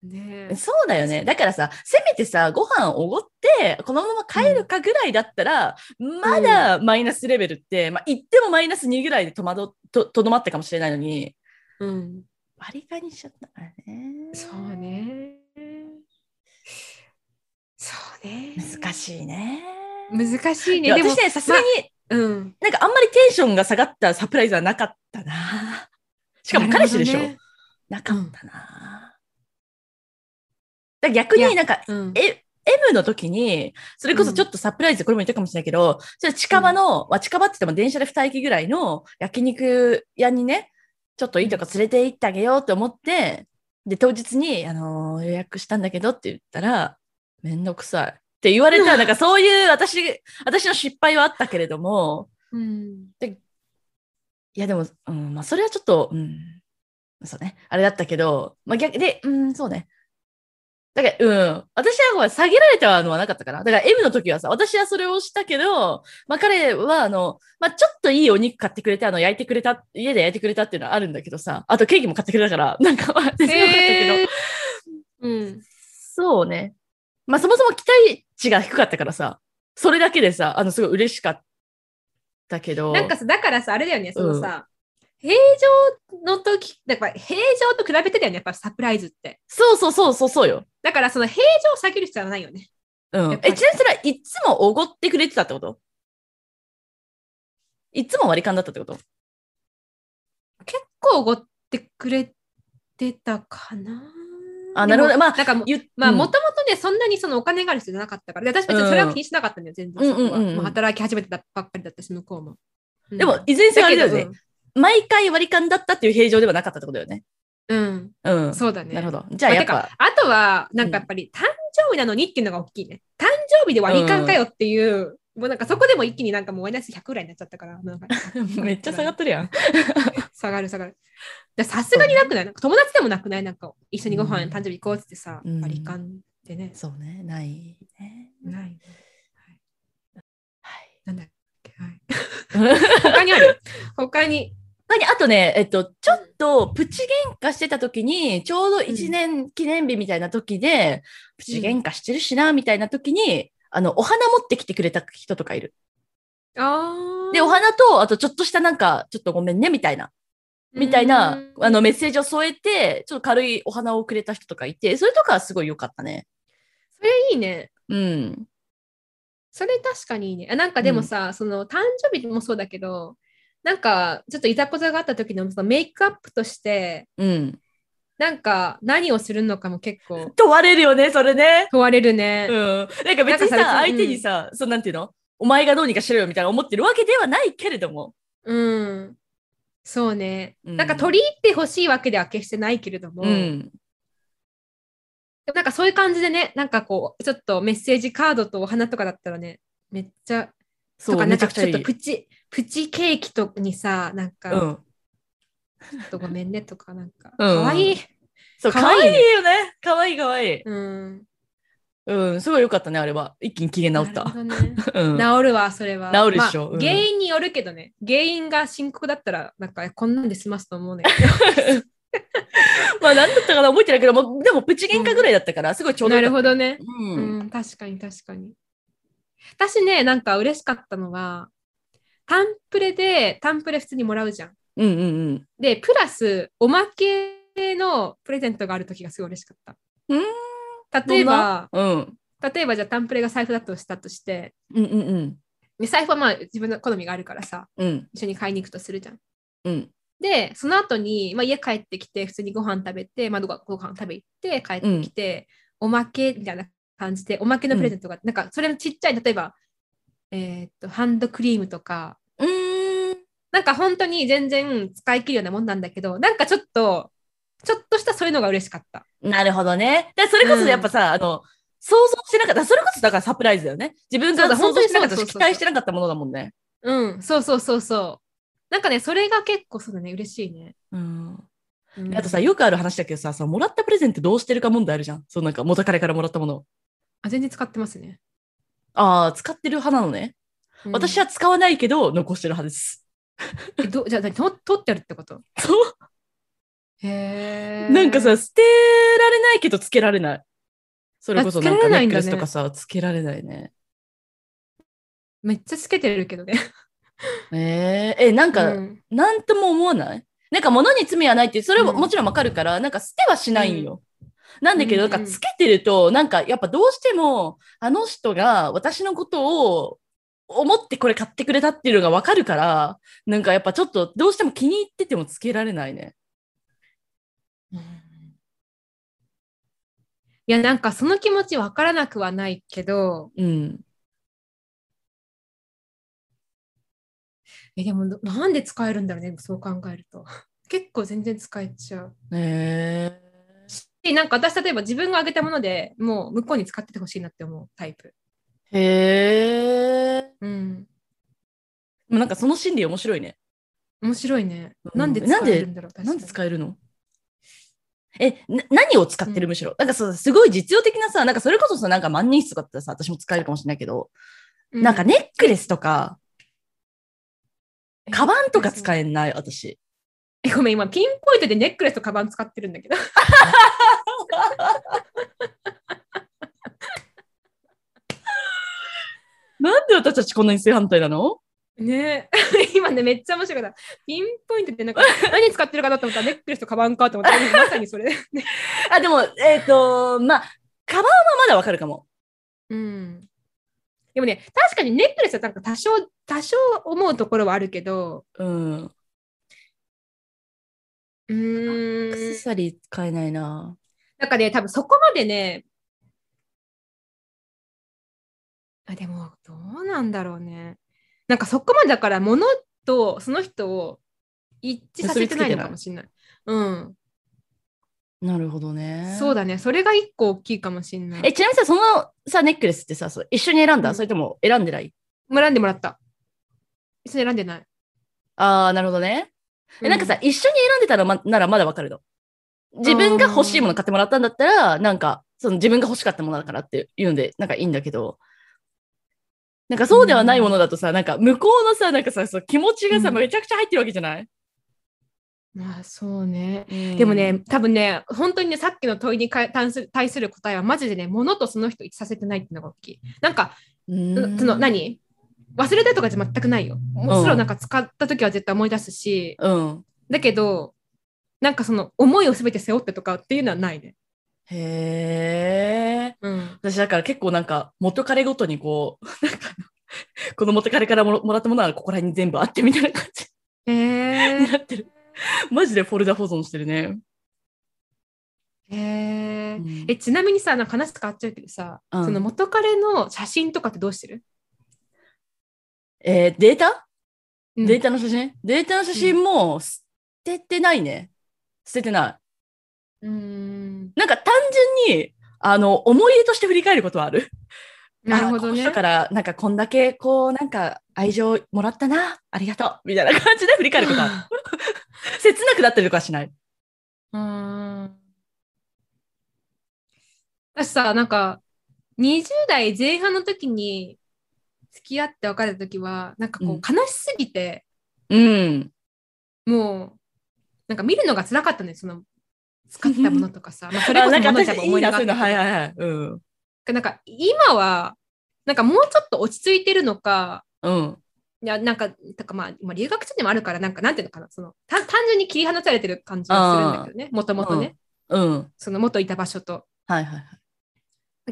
ねえ
そうだよね。だからさ、せめてさ、ご飯おごって、このまま帰るかぐらいだったら、まだマイナスレベルって、まあ、言ってもマイナス2ぐらいでとまど、と、とどまったかもしれないのに、
うん、
割り勘にしちゃったからね。
そう。ねそうね
難しいね。
難しい
い
ね
や
でも
私ね、さすがに、
うん
なんかあんまりテンションが下がったサプライズはなかったな。しかも彼氏でしょ。
な
な,、
る
かったな。だから逆
いや
になんか、
ほどねうん
え M の時に、それこそちょっとサプライズ、これも言ったかもしれないけど、それ近場の、まあ近場って言っても電車で2駅ぐらいの焼肉屋にね、ちょっといいとこ連れて行ってあげようと思って、で、当日に、あのー予約したんだけどって言ったら、めんどくさい。って言われたら、なんかそういう私、私の失敗はあったけれども、
うん
いやでも、うん、まあそれはちょっと、うん、そうね、あれだったけど、まあ逆で、うん、そうね。だから、うん、私はこう下げられたのはなかったかな。だから M の時はさ、私はそれをしたけど、まあ彼は、あの、まあちょっといいお肉買ってくれて、あの、焼いてくれた、家で焼いてくれたっていうのはあるんだけどさ、あとケーキも買ってくれたから、なんかまあ、全然よかったけど、
えーうん
そうね。まあそもそも期待値が低かったからさ、それだけでさ、あの、すごい嬉しかったけど。
なんかさだからさあれだよねそのさ、平常の時だから平常と比べてだよねやっぱサプライズって
そうそうそうそうそうよ。
だからその平常を下げる必要はないよね
うん
やっぱ
え、
り
ちなみにそれはいつもおごってくれてたってこといつも割り勘だったってこと
結構おごってくれてたかな
あなるほど
でも
まあ
なんかも
言っ
まあ、も
うん
ともとね、そんなにそのお金がある人じゃなかったから、で私別にそれは気にしなかったんだよ、全然そこは。
うんうんうんうん
もう働き始めてたばっかりだったし、向こうも。うん
でも、いずれにせよあれだよ
け
ね。毎回割り勘だったっていう平常ではなかったってことだよね。
どうん、
う
うん
ん。
そうだね。
なるほど。じ
ま
ゃ
あ
あやってぱ
か、あとは、なんかやっぱり、誕生日なのにっていうのが大きいね。誕生日で割り勘かよっていう、もうなんかそこでも一気になんかもうマイナス100ぐらいになっちゃったから、もうなんか
めっちゃ下がってるやん。
下がる下がる。でさすがになくないなんか友達でもなくないなんか一緒にご飯、
うん
誕生日行こうっつってさ、
うん
割り勘ってね。
そうね、ないね。
ない。
はい。
なんだっけ、 はい、他にある他に。
他にあとね、えっと、ちょっとプチ喧嘩してた時に、ちょうど1年記念日みたいな時で、プチ喧嘩してるしな、みたいな時に、あの、お花持ってきてくれた人とかいる。
あ
で、お花と、あとちょっとしたなんか、ちょっとごめんね、みたいな、みたいな、あの、メッセージを添えて、ちょっと軽いお花をくれた人とかいて、それとかはすごい良かったね。
それいいね。
うん。
それ確かにいいね。あなんかでもさ、その誕生日もそうだけど、なんかちょっといざこざがあった時のそのメイクアップとして、
うん。
なんか何をするのかも結構
問われるよね、それね。
問われる
う
ね
ん。。なんか別にさ、
なんかさ別
相
に
手にさ、そうなんていうのお前がどうにかしろよみたいな思ってるわけではないけれども。
うん。そうね、
うん
なんか取り入ってほしいわけでは決してないけれども、
うん。
でもなんかそういう感じでね、なんかこう、ちょっとメッセージカードとお花とかだったらね、めっちゃ
そ
とか
う、
な
め
ん
ちゃ
か
くち
ち
ゃ
ょっ
い
と
い。
プチプチケーキとにさなんか、
うん。
ちょっとごめんねとかなん
う
か、
ん
かわいい、
そう、
か
かわ
わいい
いい
ね
よね。かわいいかわいい。
うん、
うん、すごい良かったね、あれは。一気に機嫌治っ
なる
た
ほ。どね、
うん。
治るわそれは
治るでしょ
まあ
うん
原因によるけどね原因が深刻だったらなんかこんなんで済ますと思うね
まあ、なんだったかな覚えてないけど、もうでも、プチ喧嘩ぐらいだったから、すごいちょうど
な
よか
る
った
ほどね、
う。
うんん、確かに確かに私ねなんか嬉しかったのはタンプレでタンプレ普通にもらうじゃん
うんうん
でプラスおまけのプレゼントがある時がすごい嬉しかった
うん
例えば
うん。うん。
例えばじゃあタンプレが財布だとしたとして
うんうんうん。
で財布はまあ自分の好みがあるからさ
うん。
一緒に買いに行くとするじゃん。
うん。
でその後に、まあ、家帰ってきて普通にご飯食べて、まあ、どこかご飯食べ行って帰ってきて、おまけみたいな感じでおまけのプレゼントが、なんかそれのちっちゃい例えば、えーっとハンドクリームとか
うーん。
なんか本当に全然使い切るようなもんなんだけどなんかちょっとちょっとしたそういうのが嬉しかった。
なるほどね。だからそれこそやっぱさ、あの、想像してなかった。それこそだからサプライズだよね。自分
そう
が
だ
想像してなかった
本当
し、期
にそうそうそう
待してなかったものだもんね。
うんそうそうそうそう。なんかねそれが結構そうだね嬉しいね。
うん。
うん
あとさ、よくある話だけどさ、さもらったプレゼントどうしてるか問題あるじゃん。そうなんか元彼からもらったものを。
あ全然使ってますね。
ああ、使ってる派なのね。
うん
私は使わないけど、残してるはずです。
えどじゃあ何と取ってあるってこと
そう
へえ
なんかさ、捨てられないけどつけられない。それこそ
あつけ
な
ら
んか
れ
ネ
ない
ッ
ん
ク
だね
レスとかさ、つけられないね。
めっちゃつけてるけどね
えー、え、なんか、
うん
なんとも思わないなんか物に罪はないって、それも
うん
もちろんわかるから、なんか捨てはしないんよ。なんだけど、
う
なん
ん
かつけてると、なんかやっぱどうしても、あの人が私のことを思ってこれ買ってくれたっていうのがわかるから、なんかやっぱちょっとどうしても気に入っててもつけられないね。
いやなんかその気持ちわからなくはないけど
うん。
えでもどなんで使えるんだろうねそう考えると 結構全然使えちゃう
え
しなんか私例えば自分があげたものでもう向こうに使っててほしいなって思うタイプ
ー。へー。で
うん
もなんかその心理面白いね。
面白いね、
うん
なんで使えるんだろう
なんで
え
使えるのえ、な何を使って
う
る
ん
むしろ、なんかそう、すごい実用的なさ、なんかそれこそさ、なんか万年筆とかだってさ、私も使えるかもしれないけど、
る
なんかネックレスとか、カバンとか使
え
えない、私。
えごめん今ピンポイントでネックレスとカバン使ってるんだけど
なんで私たちこんなに正反対なの
ね え今ねめっちゃ面白かったピンポイントでなんか何使ってるかなと思ったらネックレスとカバンかと思ったらまさにそれ、ね、
あ、でも、えっ、と、まあ、カバンはまだわかるかも。
うんでもね確かにネックレスはなんか多少多少思うところはあるけど
うん。ア
う
クセ
ーん
サリー使えないな。
なんかね、多分そこまでね、あでも、どうなんだろうね。なんかそこまでだから、物とその人を一致させてないのかもしれない。うん、
なるほどね。
そうだね。それが一個大きいかもしれない。
え、
え、
ちなみにさ、そのさ、ネックレスってさ、そう一緒に選んだ、
うん
それとも選んでない
選んでもらった。一緒に選んでない。
あー、なるほどね。えなんかさ、一緒に選んでたら、ま、ならまだわかるの。自分が欲しいもの買ってもらったんだったら、なんか、その自分が欲しかったものだからっていうので、なんかいいんだけど、なんかそうではないものだとさ、なんか向こうのさ、なんかさ、そう気持ちがさ、
うん
めちゃくちゃ入ってるわけじゃない、
うん、まあ、そうね。でもね、、多分ね、本当にね、さっきの問いにか対する対する答えは、マジでね、物とその人を一致させてないっていうのが大きい。なんか、その何忘れたとかじゃ全くないよ。もちろんなんか使った時は絶対思い出すし、
うん。
だけどなんかその思いを全て背負ってとかっていうのはないね。
へえ。
うん、
私だから結構なんか、元彼ごとにこう、 なんか、この元彼からもろもらったものはここら辺に全部あってみたいな感じ
え
に
ー、
なってる。マジでフォルダ保存してるね。
え
うん
ーえちなみにさなんか話変わっちゃうけどさ、
うん
その元彼の写真とかってどうしてる、
えーデータ
うん
データの写真データの写真も捨ててないね。捨ててな
うーん
い。なんか単純に、あの、思い出として振り返ることはある。
なるほどね。
あこの人から、なんかこんだけ、こう、なんか愛情もらったな。ありがとう。みたいな感じで振り返ることはあ
う
る。切なくなったりとかはしない。
ーん私さなんか20代前半の時に付き合って別れた時はなんかこう、
うん
悲しすぎて
うん。
もう、なんか見るのが辛かったのよ、その、使ったものと かさ。まあ、それこ
あな
そ
んか
物じゃ
私、い
思
い
い出
な、そ
が
う
あ
い
っ
うの。はい
たけ
はいはい。うん。
ど。なんか今は、なんかもうちょっと落ち着いてるのか、
うん。
いやなんか、とかまあ、まあ留学中でもあるから、なんか、なんていうのかな、その、た単純に切り離されてる感じがするんだけどね、もともとね、
うん。
その元いた場所と。
はいはいはい。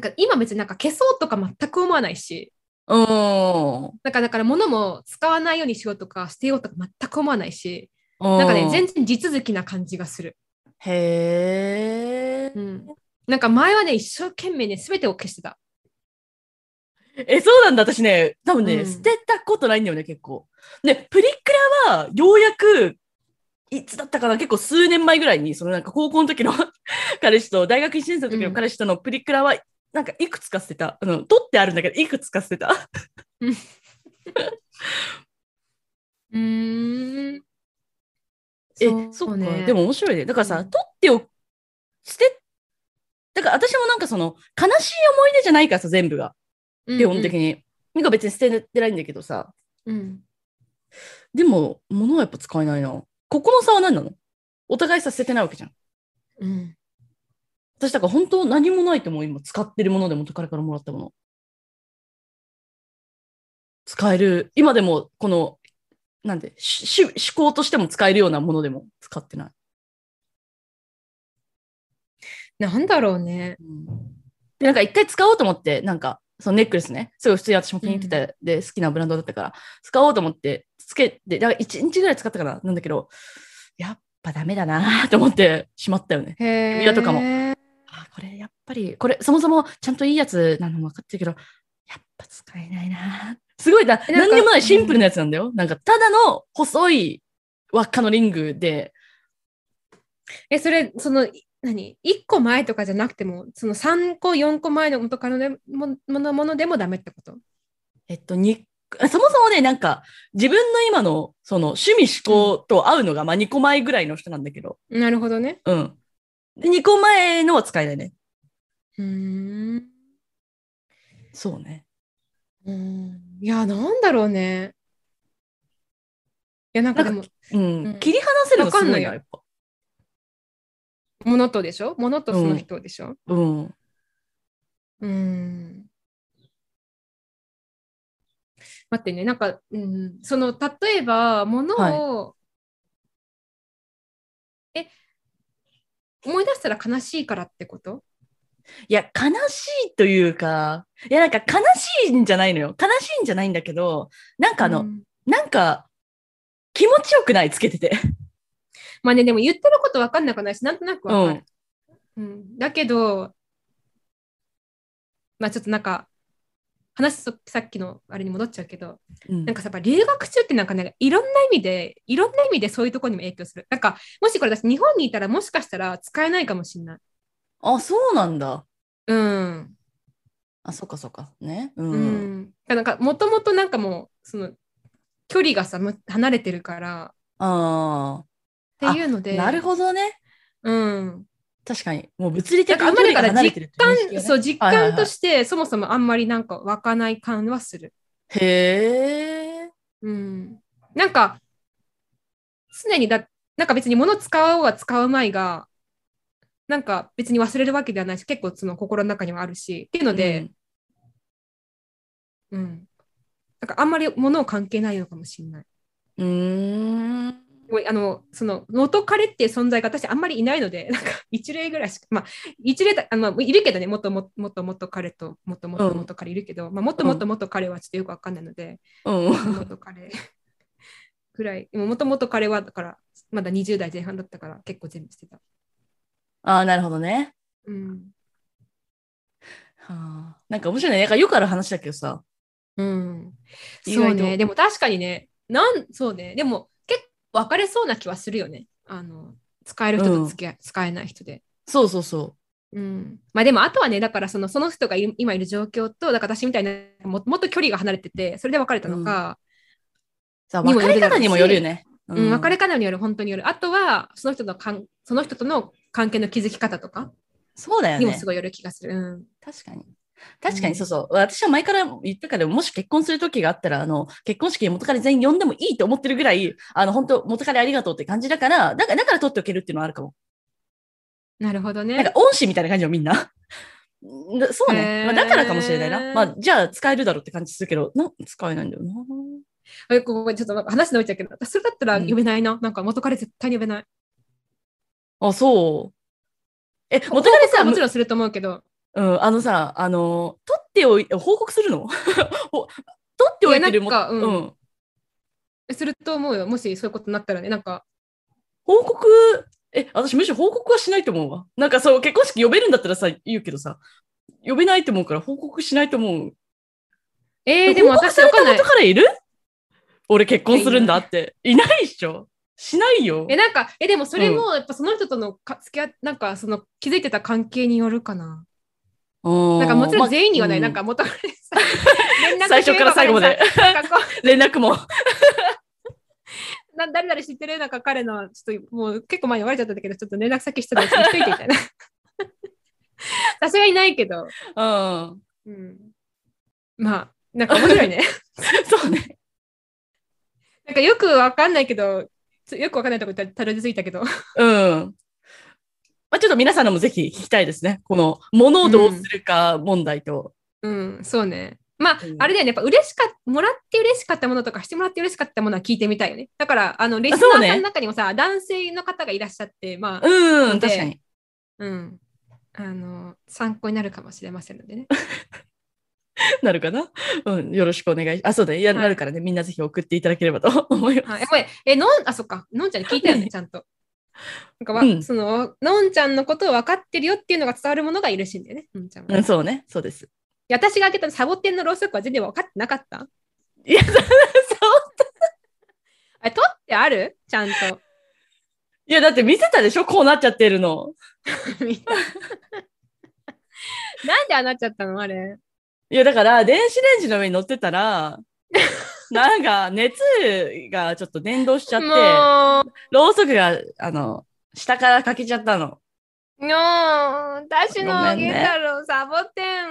なんか今別になんか消そうとか全く思わないし、
うーん。
なんかだから物も使わないようにしようとか捨てようとか全く思わないし、
な
なんかね、全然地続きな感じがする。
へえ
う。ん。なんか前はね、一生懸命ね、全てを消してた。
え、そうなんだ。私ね、多分ね、
うん
捨てたことないんだよね、結構。で、プリクラは、ようやく、いつだったかな、結構数年前ぐらいに、そのなんか高校の時の 彼氏と、大学1年生の時の彼氏とのプリクラは、なんかいくつか捨てた。あの、取ってあるんだけど、いくつか捨てた。
うーん。
え、
そ
そうう
ね
か。でも面白いね。だからさ、
うん
取っておく、捨て、だから私もなんかその、悲しい思い出じゃないからさ、全部が。
うんうん
基本的に。ミカ別に捨ててないんだけどさ。
うん。
でも、物はやっぱ使えないな。ここの差は何なのお互いさ、捨ててないわけじゃん。
うん。
私、だから本当何もないと思う。今、使ってるものでも彼からもらったもの。使える。今でも、この、なんで、しし思考としても使えるようなものでも使ってない。
なんだろうね。
で、なんか一回使おうと思って、なんか、そのネックレスね、すごい普通に私も気に入ってた、で、好きなブランドだったから、使おうと思って、つけて、だから1日ぐらい使ったかな、なんだけど、やっぱダメだなと思ってしまったよね。
へえ。
指輪とかもあ、これやっぱり、これ、そもそもちゃんといいやつなの分かってるけど、やっぱ使えないなすごいな、
えなんか
何にもないシンプルなやつなんだよ。なんか、ただの細い輪っかのリングで、
え、それ、その、い何 ?1 個前とかじゃなくても、その3個、4個前の元カノでもものものでもダメってこと
えっと、に、そもそもね、なんか、自分の今の、その、趣味思考と合うのが、まあ、2個前ぐらいの人なんだけど、
なるほどね。
うん。で、2個前のは使えないね。
うーん。
そうね。
うん。いや、なんだろうね。いや、なんかでも、
うん。
うん
切り離せるのすごいな、
わかんないよ
やっぱ。
物とでしょ物とその人でしょ
うん。
うん。待ってね、なんか、うん、その、例えば、物を、え、思い出したら悲しいからってこと
いや、悲しいというか、いや、なんか悲しいんじゃないのよ。悲しいんじゃないんだけど、なんかあの、
うん
なんか、気持ちよくない、つけてて。
まあね、でも言ってること分かんなくないし、なんとなく分かる。うんだけど、まあちょっとなんか、話すさっきのあれに戻っちゃ うけど、
うん
なんかさ、やっぱ留学中ってなんかね、いろんな意味で、いろんな意味でそういうところにも影響する。なんか、もしこれ私、日本にいたらもしかしたら使えないかもしれない。
あ、そうなんだ。
うん。
あ、そっかそっか。ね。
う
うん、
ん。だからなんか、もともとなんかもう、その、距離がさ、む離れてるから、
あ
っていうの
あ、
で、
なるほどね。
ど。うん。
確かに。もう物理的
だからあんまりだから
距離が離れてるっていう認識がね
そう、実
はいはい
感
はい
として、そもそもあんまりなんか湧かない感はする。
へえ。
うん。なんか、常にだ、なんか別に物使おうは使うまいが、なんか別に忘れるわけではないし、結構その心の中にはあるし、っていうので、うん。なんかあんまり物を関係ないのかもしれない。
うん、うーん。
でもあの、その、元彼っていう存在が私あんまりいないので、なん か一例ぐらいしか、まあ、一例だ、あの、いるけどね、元も元元彼と、元元元彼いるけど、まあ、元元元彼はちょっとよくわかんないので、
うん。
元彼 ぐらい、もともと彼はだから、まだ20代前半だったから結構全部してた。
ああ、なるほどね。
うん。
はあ、なんか面白いね。なんかよくある話だけどさ。
うん。
意
そう
外と
ね。でも確かにね、なん、そうね。でも結構分かれそうな気はするよね。あの、使える人と付き合、使えない人で。
そうそうそ
うん。まあでもあとはね、だからそのその人がい今いる状況と、だから私みたいなも、もっと距離が離れてて、それで別れたのか、
う。さあ、
にも
別
よ
れ
るだ
方
ろうし
にもよるよね。うん
うん別れ方による、本当による。あとは、その人のかん、その人との関係の築き方とか
そうだよ
にも
ね
す。ごいよる気がする。うん。
確かに。確かに、
うん
そうそう。私は前から言ったから、もし結婚する時があったら、あの、結婚式に元彼全員呼んでもいいと思ってるぐらい、あの、本当元彼ありがとうって感じだから、だから、だから取っておけるっていうのはあるかも。
なるほどね。
なんか恩師みたいな感じよ、みんな。 だそうね、
へー
まあ。だからかもしれないな。まあ、じゃあ使えるだろうって感じするけど、な使えないんだよな。
えごめんちょっと話伸びちゃうけど、私それだったら
うん
呼べないな。なんか元彼絶対に呼べない。
あ、そう。え、
元
元
彼
彼
さ
さ、
もちろんすると思うけど、
うん、あのさ、あの、取っておい、報告するの ほ取っておいてるも
いやなんかうん
うん。
すると思うよ。もしそういうことになったらね、なんか、
報告、え、私むしろ報告はしないと思うわ。なんかそう、結婚式呼べるんだったらさ、言うけどさ、呼べないと思うから報告しないと思う。
えー、でも
報告
私
さ
わ
れ
か
た
んない
元。からいる俺結婚するんだって。いないっしょしないよ
え、。なんか、え、でもそれも、やっぱその人とのか付き合い、なんかその気づいてた関係によるかな。
な
なんかもちろん全員にはない、なん
か、
か 元彼さ、連
最初から最後まで。
なんかこ
連絡も。
うな誰々知ってるなんか彼の、ちょっともう結構前に言われちゃったんだけど、ちょっと連絡先してたらしといてみたいな。 私はいないけど。
うん。
うんまあ、なんか面白 いね。
そうね。
なんかよくわかんないけど、つよくわかんないとこたたどり着いたけど。
うん。まあ、ちょっと皆さんのもぜひ聞きたいですね。この、ものをどうするか問題と。
うん、そうね。まあ、
うん
あれだよね。やっぱ嬉しかっもらって嬉しかったものとか、してもらって嬉しかったものは聞いてみたいよね。だから、あの、レスナ
そう
ー
ね
さんの中にもさ、男性の方がいらっしゃって、まあ、
うん、
で
確かに。
うん。あの、参考になるかもしれませんの でね。
なるかなうん、よろしくお願いしあ、そうだね。いや
はい
なるからね、みんなぜひ送っていただければと 思います。
はい、やっぱり、え、のん、あ、そっか、のんちゃんに聞いたよね、ちゃんと。なんかわ、
うん
その、のんちゃんのことを分かってるよっていうのが伝わるものが嬉しいんだよね、のんちゃんは。
う
い
ん、そうね。そうです。
や私が開けたサボテンのろうそくは全然分かってなかった
いや、そう。
あれ、取ってあるちゃんと。
いや、だって見せたでしょこうなっちゃってるの。
みたいななんでああなっちゃったのあれ。
いや、だから、電子レンジの上に乗ってた ら、なんか、熱がちょっと伝導しちゃって、
もう、
ろうそくが、あの、下からかけちゃったの。
もう、私のあ
ごめ
げ
んね
たろう、サボテン。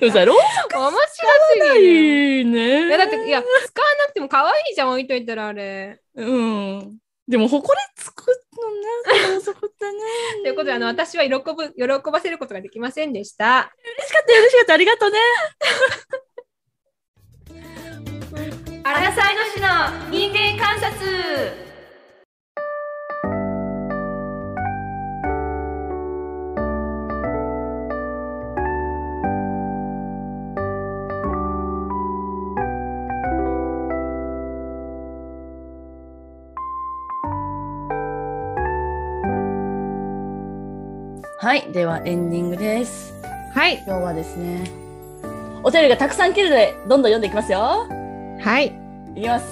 でもさ、ろうそ
面白
く
すぎる。
いいね。
いや、だって、いや、使わなくても可愛いじゃん、置いといたらあれ。
うん。でも、ほこりつくのね、ろうそくってね。
ということ で、あの、私は喜ぶ、喜ばせることができませんでした。
嬉しかった、嬉しかった、ありがとうね。
アラサイの市の人間観察
はい、ではエンディングです。
はい、
今日はですね、お便りがたくさん来るので、どんどん読んでいきますよ。
はい、
いきます。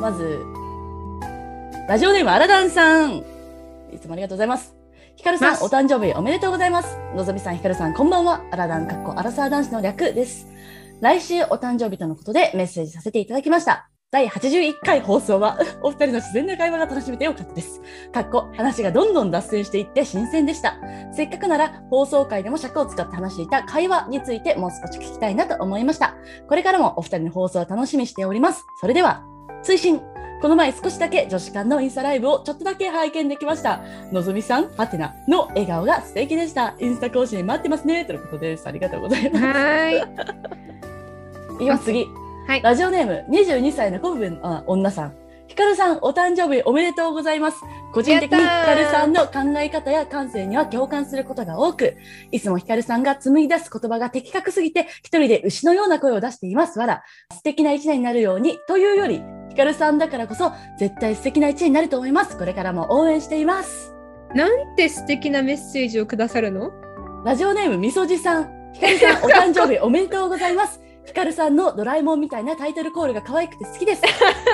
まず、ラジオネームアラダンさん。いつもありがとうございます。ヒカルさん、
ます
お誕生日おめでとうございます。のぞみさん、ヒカルさん、こんばんは。アラダン、かっこアラサー男子の略です。来週お誕生日とのことでメッセージさせていただきました。第81回放送は、 お二人の自然な会話が楽しめてよかったです。かっこ、話がどんどん脱線していって新鮮でした。せっかくなら、放送回でも尺を使って話していた会話についてもう少し聞きたいなと思いました。これからもお二人の放送を楽しみにしております。それでは、追伸この前少しだけ女子館のインスタライブをちょっとだけ拝見できました。のぞみさん、はてなの笑顔が素敵でした。インスタ更新待ってますね。ということです。ありがとうございます。
はい、
いきます、次。
はい
ラジオネーム、22歳の古文あ女さん。ヒカルさん、お誕生日おめでとうございます。個人的にヒ
やったー
カルさんの考え方や感性には共感することが多く、いつもヒカルさんが紡ぎ出す言葉が的確すぎて、一人で牛のような声を出しています。わら、素敵な一年になるように、というより、ヒカルさんだからこそ、絶対素敵な一年になると思います。これからも応援しています。
なんて素敵なメッセージをくださるの
ラジオネームみそじさん。ひかるさ ん、お誕生日おめでとうございます。ひかるさんのドラえもんみたいなタイトルコールが可愛くて好き です。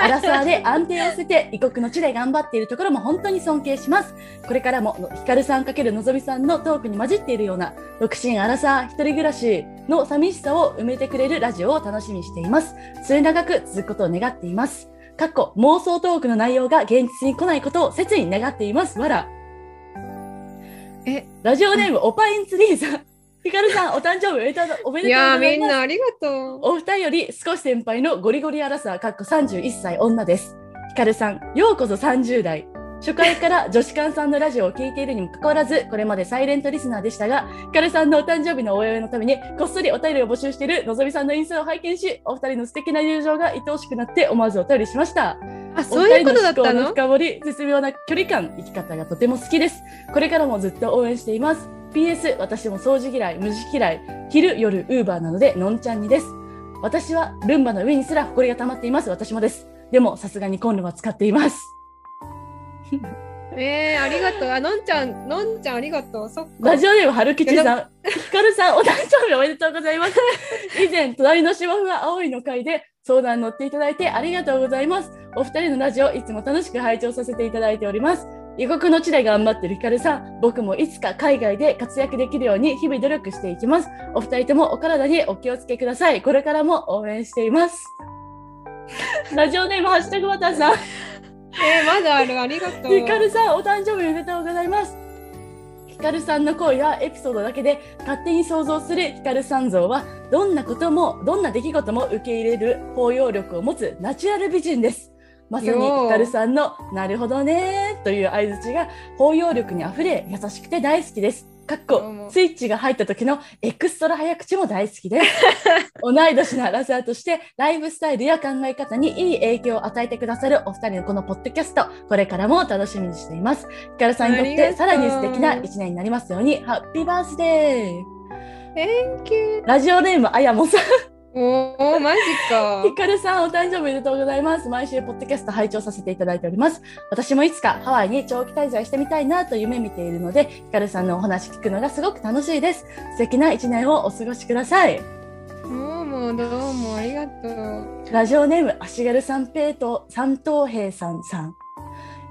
アラサーで安定を捨てて、異国の地で頑張っているところも本当に尊敬します。これからも、ひかるさん×のぞみさんのトークに混じっているような、独身アラサー一人暮らしの寂しさを埋めてくれるラジオを楽しみにしています。末永く続くことを願っています。かっこ妄想トークの内容が現実に来ないことを切に願っています。わら。
え、
ラジオネーム、おぱいんツリーさん。ひかるさん、お誕生日おめでとうおめ
い
でとうご
やー
ざ
み
い
ん
ます。
なありがとう。
お二人より少し先輩のゴリゴリアラサー、かっこ31歳女です。ひかるさん、ようこそ30代。初回から女子館さんのラジオを聞いているにもかかわらず、これまでサイレントリスナーでしたが、ひかるさんのお誕生日のお祝いのために、こっそりお便りを募集しているのぞみさんのインスタを拝見し、お二人の素敵な友情が愛おしくなって思わずお便りしました。
あ、そういうことだった
お二人の思考の
の
深掘り、絶妙な距離感、生き方がとても好きです。これからもずっと応援しています。PS、私も掃除嫌い、無地嫌い、昼、夜、ウーバーなので、のんちゃんにです。私はルンバの上にすら埃が溜まっています。私もです。でも、さすがにコンロは使っています。
えー、ありがとう。あ、のんちゃん、のんちゃんありがとう。そっか
ラ。ジオネーム、春吉さん。ひかるさん、お誕生日おめでとうございます。以前、隣の芝生は青いの会で相談に乗っていただいてありがとうございます。お二人のラジオ、いつも楽しく拝聴させていただいております。異国の地で頑張ってるひかるさん、僕もいつか海外で活躍できるように日々努力していきます。お二人ともお体にお気をつけください。これからも応援しています。ラジオネーム、ハッシュタグバターさん。
えー、まだある。ありがとう。
ヒカルさん、お誕生日おめでとうございます。ヒヒカルさんの恋やエピソードだけで勝手に想像するヒカルさん像はどんなこともどんな出来事も受け入れる包容力を持つナチュラル美人ですまさにヒカルさんの「なるほどね」という相槌が包容力にあふれ優しくて大好きです。かっ
どうも
こスイッチが入った時のエクストラ早口も大好きです。同い年のアラサーとしてライフスタイルや考え方にいい影響を与えてくださるお二人のこのポッドキャストこれからも楽しみにしていますヒカルさんにとっ
ありがと
て
う
さらに素敵な一年になりますようにハッピーバースデー
Thank you.
ラジオネームあやもさん
おお、マジか
ヒ。カルさんお誕生日おめでとうございます毎週ポッドキャスト拝聴させていただいております私もいつかハワイに長期滞在してみたいなと夢見ているのでヒカルさんのお話聞くのがすごく楽しいです素敵な一年をお過ごしください
どうも、どうも、ありがとう。
ラジオネーム、足軽三平と三等兵さんさん。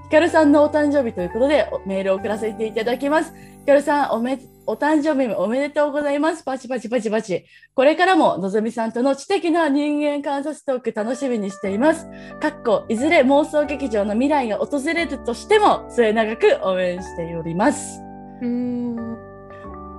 ヒカルさんのお誕生日ということで、おメールを送らせていただきます。ヒカルさん、おめ、お誕生日おめでとうございます。パチパチパチパチ。これからも、のぞみさんとの知的な人間観察トーク楽しみにしています。かっこ、いずれ妄想劇場の未来が訪れるとしても、末永く応援しております。
うーん。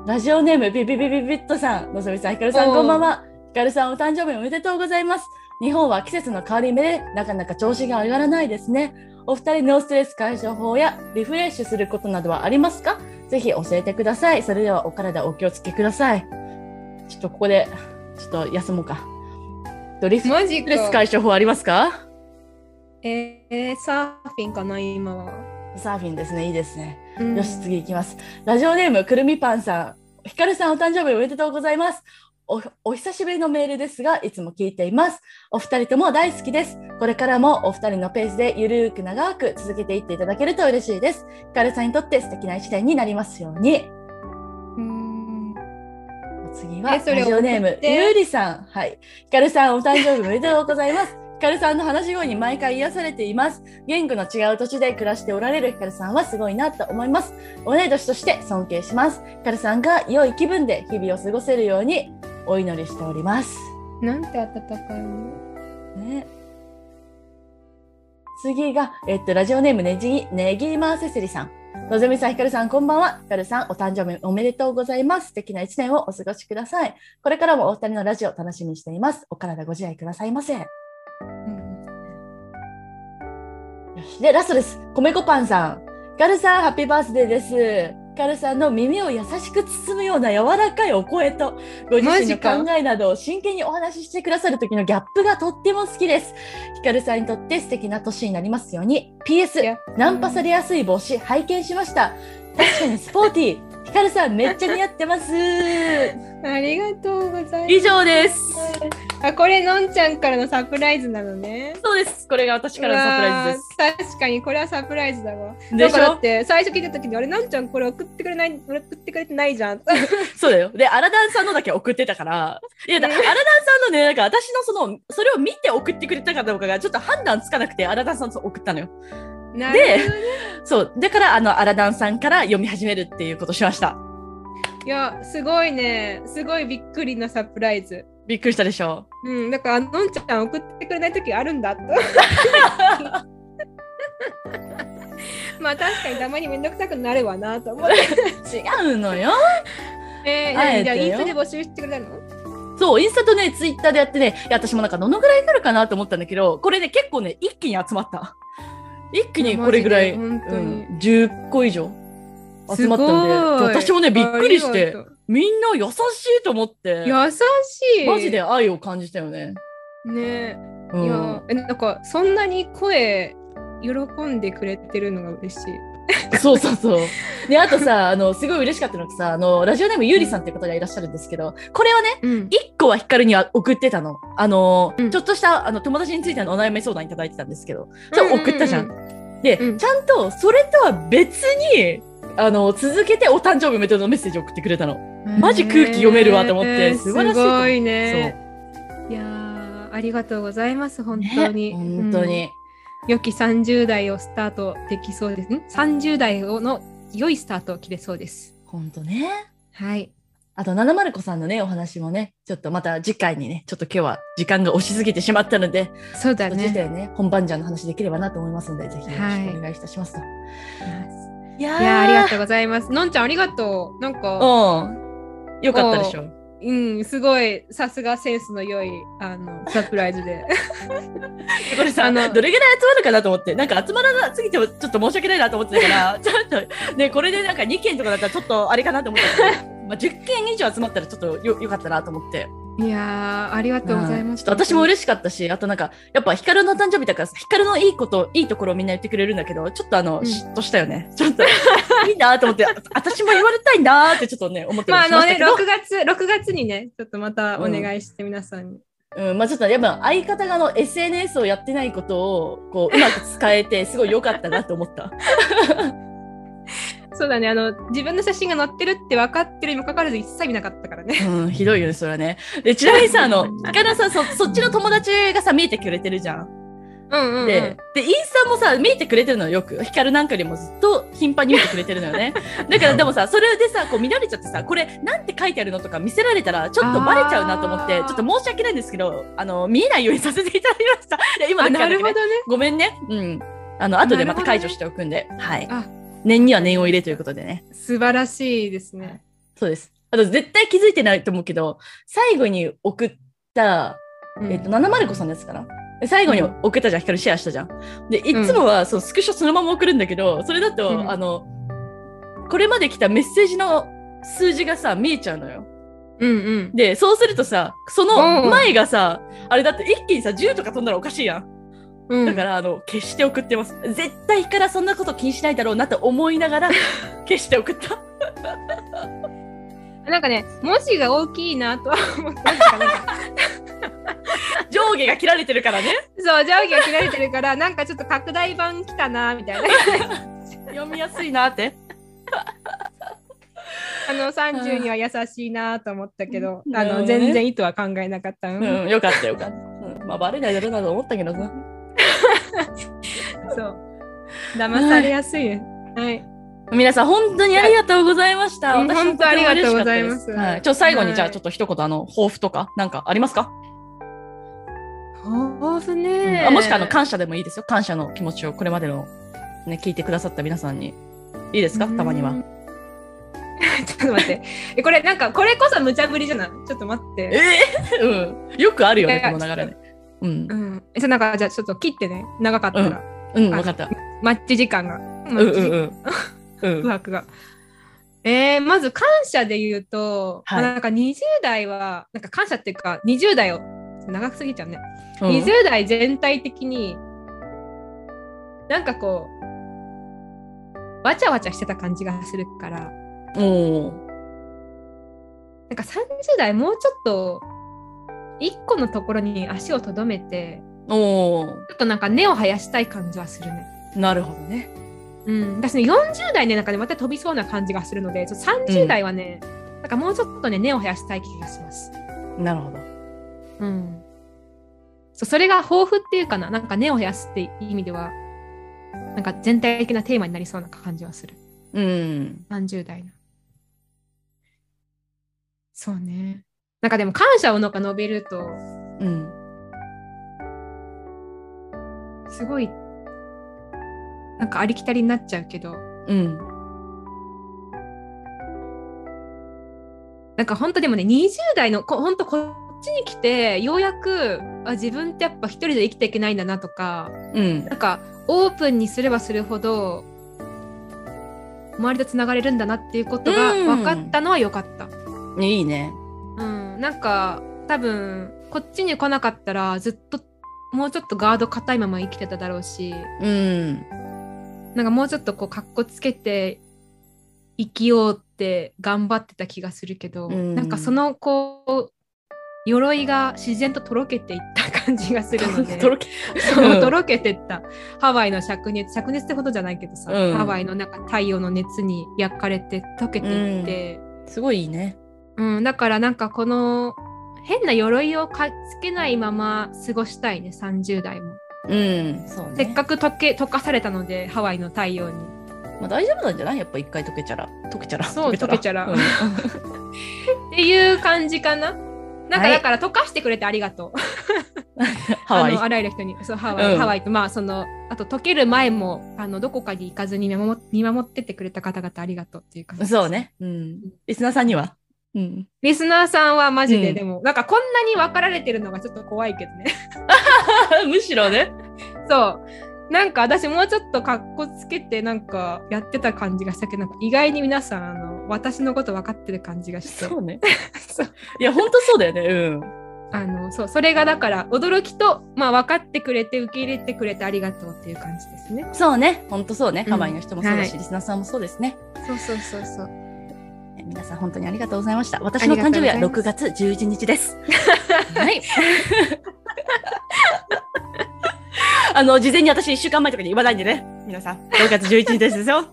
ラジオネームビビビビビットさん、のぞみさん、ひかるさん、
おー
こんばんは。ひかるさん、お誕生日おめでとうございます。日本は季節の変わり目で、なかなか調子が上がらないですね。お二人のストレス解消法やリフレッシュすることなどはありますかぜひ教えてください。それではお体お気をつけください。ちょっとここで、ちょっと休もうか。ドリフレ
マジ
ス
か。
解消法ありますか
えー、サーフィンかな、今は。
サーフィンですね。いいですね。
うん
よし、次行きます。ラジオネーム、くるみパンさん。ひかるさん、お誕生日おめでとうございます。おお久しぶりのメールですが、いつも聞いています。お二人とも大好きです。これからもお二人のペースでゆるーく長く続けていっていただけると嬉しいです。ひかるさんにとって素敵な一年になりますように。
うーん。
お次は、
え
ラ
それ
ジオネーム
送っ、て
ゆうりさん。はい。ひかるさん、お誕生日おめでとうございます。ひかるさんの話し声に毎回癒されています。言語の違う土地で暮らしておられるひかるさんはすごいなと思います。同い年として尊敬します。ひかるさんが良い気分で日々を過ごせるようにお祈りしております。
なんて温かいの。
ね。次が、えっと、ラジオネームねじ、ねぎませすりさん。のぞみさん、ひかるさん、こんばんは。ひかるさん、お誕生日おめでとうございます。素敵な一年をお過ごしください。これからもお二人のラジオ楽しみにしています。お体ご自愛くださいませ。よ
うん
し。で、ラストです。米粉パンさん。ひかるさん、ハッピーバースデーです。ひかるさんの耳を優しく包むような柔らかいお声と、ご自身
マジか
の考えなどを真剣にお話ししてくださる時のギャップがとっても好きです。ひかるさんにとって素敵な年になりますように。PS、
やっ
ナンパされやすい帽子拝見しました。確かにスポーティー。ヒカルさんめっちゃ似合ってます。
ありがとうございます。
以上です。
あ、これのんちゃんからのサプライズなのね。
そうです。これが私からのサプライズ
うわー確かにこれはサプライズだわ。
で
な
し
ん
ょ
かだって最初聞いた時にあれなんちゃんこれ送ってくれない送ってくれてないじゃん。
です。そうだよ。で、アラダンさんのだけ送ってたから。いや、だアラダンさんのね、なんか私のその、それを見て送ってくれたかどうかがちょっと判断つかなくて、アラダンさんと送ったのよ。
なるほどね
そう。だから、あの、アラダンさんから読み始めるっていうことしました。
いやすごいねすごいびっくりなサプライズ。
びっくりしたでしょ。
うん、だからあのんちゃん送ってくれない時ある んだと。まあ確かにたまにめんどくさくなるわなと思って。
違うのよ。
えー
あえてよ
じゃあインスタで募集してくれたの
そう、インスタとね、ツイッターでやってね、いや私もなんかどのぐらいになるかなと思ったんだけど、これね、結構ね、一気に集まった。一気にこれぐらい、
いや
う
マジで本当に
ん、10個以上集まったんで、私もね、びっくりし
あり
て
が、とう
みんな優しいと思って、
優しい。
マジで愛を感じたよね。
ね
うん、
いやえなんかそんなに声喜んでくれてるのが嬉しい。
そうそう そう。で、あとさ、あの、すごい嬉しかったのがさ、あの、ラジオネームゆうりさんっていう方がいらっしゃるんですけど、これはね、
うん、
一個はヒカルには送ってたの。あの、
うん
ちょっとしたあの友達についてのお悩み相談いただいてたんですけど、それ送ったじゃん。で、
うん
ちゃんとそれとは別に、あの、続けてお誕生日おめでとうのメッセージを送ってくれたの。マジ空気読めるわと思って
えー
素晴らしい
すごいね。いやーありがとうございます本当に、
本当
うん
に。
良き30代をスタートできそうですね30代をの良いスタートを切れそうです
本当ね。
はい
あと、七丸子さんのね、お話もね、ちょっとまた次回にね、ちょっと今日は時間が押しすぎてしまったので、
そうだ
そっちで
ね
ね、本番じゃんの話できればなと思いますので、ぜひよろしくお願いいたしますと。
はい
いや
いやーありが
と
とうございます。のんちゃんありがとう。なんか、
うん。よかったでしょ。
うん、すごいさすがセンスの良いあのサプライズ で。
これさ、
あの
どれぐらい集まるかなと思って、なんか集まらなすぎてもちょっと申し訳ないなと思ってたか ら、ちょっと、ね、これでなんか2件とかだったらちょっとあれかなと思った けど、まあ、10件以上集まったらちょっとよよかったなと思って。
いやーありがとうございます。
ちょっと私も嬉しかったし、あとなんか、やっぱヒカルの誕生日だからさ、ヒカルのいいこと、いいところをみんな言ってくれるんだけど、ちょっとあの、
うん
嫉妬したよね。ちょっと、いいなと思って、あ私も言われたいなーってちょっとね、思って
まあ
ま
あ
しま
の
した
ね
けど、
6月6月にねちょっとまたお願いして皆さんに。
うん、まあちょっとやっぱ相方があの SNS をやってないことを、こう、うまく使えて、すごい良かったなと思った。
そうだねあの自分の写真が載ってるって分かってるにもかかわらず一切見なかったからね。
うん、 ひどいよね、それはね。で、ちなみにさ、あの、ヒカルさんそ、そっちの友達がさ、見えてくれてるじゃん。
うんうん、うん。
で、で、インスタもさ、見えてくれてるのよ、よく。ヒカルなんかよりもずっと頻繁に見てくれてるのよ ね。だから、でもさ、それでさ、こう見られちゃってさ、これ、なんて書いてあるのとか見せられたら、ちょっとバレちゃうなと思って、
あー
ちょっと申し訳ないんですけど、あの、見えないようにさせていただきました。いや今
あ
だけ
な
なんだけ
るほ
どね
どね。
ごめんね。うん。あの、後でまた
なるほどね
解除しておくんで。はい
あ。
念には念を入れということでね。
素晴らしいですね。
そうです。あと、絶対気づいてないと思うけど、最後に送った、
うん
えっと、七丸子さんのやつかな。で最後に送ったじゃん、光シェアしたじゃん。で、いつもはそのスクショそのまま送るんだけど、それだと、
うん
あの、これまで来たメッセージの数字がさ、見えちゃうのよ。
うんうん。
で、そうするとさ、そ
うん
の前がさ、あれだって一気にさ、10とか飛んだらおかしいやん。
うん、
だから、あの、消して送ってます。絶対からそんなこと気にしないだろうなと思いな がら、消して送った。
なんかね文字が大きいなとは思ったなんかなんか
上下が切られてるからね。
そう定規が切られてるからなんかちょっと拡大版来たなみたいな
読みやすいなって。
あの30には優しいなと思ったけど
うん
あ
なるほど
の
ね
全然意図は考えなかった、うん
うん、よかったよかった。うん、まあ、バレないだろうなと思ったけどさ。
そう騙されやすいねはい
皆さん、本当にありがとうございました。
うん
私
本当ありがとうございます
とても嬉しかったではい、ちょっと最後
は
に、
い
じゃあ、ちょっと一言、あの、抱負とか、なんかありますか、
豊富ね
あもしくは、あの、感謝でもいいですよ。感謝の気持ちを、これまでの、ね、聞いてくださった皆さんに。いいですかたまには
うん。 ちょっと待ってえこれなんかこれこそ無茶ぶりじゃないちょっと待って
ええうん。よくあるよ
い
ね、
やい
こ
や
の流れね。うん
う。んえじゃあなんかじゃあちょっと切ってね長かったら、
うん、わかった。
待ち時間が
うん
待
う
ち時間
んうん。う
空
ん。
白が。えー、まず感謝で言うと、
はい
まあなんか20代はなんか感謝っていうか20代を長くすぎちゃうね、
うん
20代全体的になんかこうわちゃわちゃしてた感じがするからなん
おー
か30代もうちょっと1個のところに足をとどめて
おー
ちょっとなんか根を生やしたい感じはするね。
なるほどね。
うん、私ね40代ねなんかねまた飛びそうな感じがするのでちょっと30代はね、なんかもうちょっとね根を生やしたい気がします。
なるほど。
うん、そうそれが抱負っていうかななんか根を生やすっていう意味ではなんか全体的なテーマになりそうな感じはする
うん。
30代の。そうねなんかでも感謝をなんか述べると
うん。
すごいなんかありきたりになっちゃうけど
うん。
なんか本当でもね20代のこ本当こっちに来てようやくあ自分ってやっぱ一人で生きていけないんだなとか
うん。
なんかオープンにすればするほど周りとつながれるんだなっていうことが
うん
分かったのは良かった。
いいね。
うん、なんか多分こっちに来なかったらずっともうちょっとガード硬いまま生きてただろうし
うん。
なんかもうちょっとこうかっこつけて生きようって頑張ってた気がするけど、
うん
なんかそのこう鎧が自然ととろけていった感じがするの で
とろけ
そううんとろけてったハワイの灼熱灼熱ってことじゃないけどさ、
うん
ハワイのなんか太陽の熱に焼かれて溶けていって、
すごいいいね。
うんだからなんかこの変な鎧をかつけないまま過ごしたいね30代も、
うん。そうね。
せっかく溶け溶かされたのでハワイの太陽に
まあ大丈夫なんじゃないやっぱ一回溶 けちゃら。溶けちゃら。
そう溶けちゃら
うん
っていう感じかななん
は
か
い
だから溶かしてくれてありがとう。
ハワイ
あのあらゆる人にそうハワイ、
うん
ハワイとまあそのあと溶ける前もあのどこかに行かずに見守見守っててくれた方々ありがとうっていう感じ。
そう。ね。うん。リスナーさんには。うん。
リスナーさんはマジで、
うん
でもなんかこんなに分かられてるのがちょっと怖いけどね。
むしろね。
そう。なんか私もうちょっと格好つけてなんかやってた感じがしたけどなんか意外に皆さんあの私のこと分かってる感じがして
そうね。
そう
いや、ほんとそうだよね。うん。
あのそうそれがだから驚きと、まあ、分かってくれて受け入れてくれてありがとうっていう感じですね。
そうね。ほんとそうね。
うん
ハワイの人もそうだし、
はい
リスナーさんもそうですね。
そうそうそうそう。
え皆さん本当にありがとうございました。私の誕生日は
ありがとう
6
ござ
月11日 です。はい。 あの、事前に私1週間前とかに言わないんでね。皆さん、6月11日ですよ。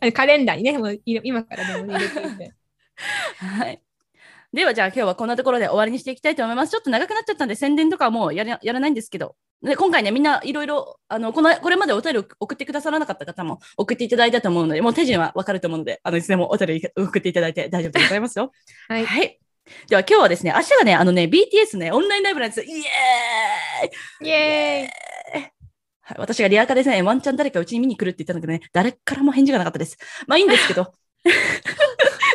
あのカレンダーにねもうい今からでもね入れておいて。
はい。ではじゃあ今日はこんなところで終わりにしていきたいと思います。ちょっと長くなっちゃったんで宣伝とかはもうやらやらないんですけど。で今回ね、みんないろいろ、あの、この、これまでお便りを送ってくださらなかった方も送っていただいたと思うので、もう手順はわかると思うので、あの、いつでもお便り送っていただいて大丈夫でございますよ。
はい
では今日はですね、明日がね、あのね、BTS ね、オンラインライブなんですよ。イエーイ
イエーイ
はい、私がリアカですね、ワンチャン誰かうちに見に来るって言ったんだけどね、誰からも返事がなかったです。まあいいんですけ ど。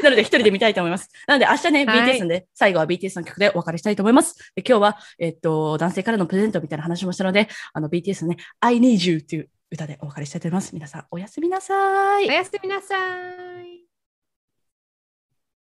なので一人で見たいと思います。なので明日ね、
はい
BTS なんで、最後は BTS の曲でお別れしたいと思います。で今日は、えっと、男性からのプレゼントみたいな話もしたので、あの BTS のね、I Need You っていう歌でお別れしたいと思います。皆さん、おやすみなさい
お。やすみなさーい。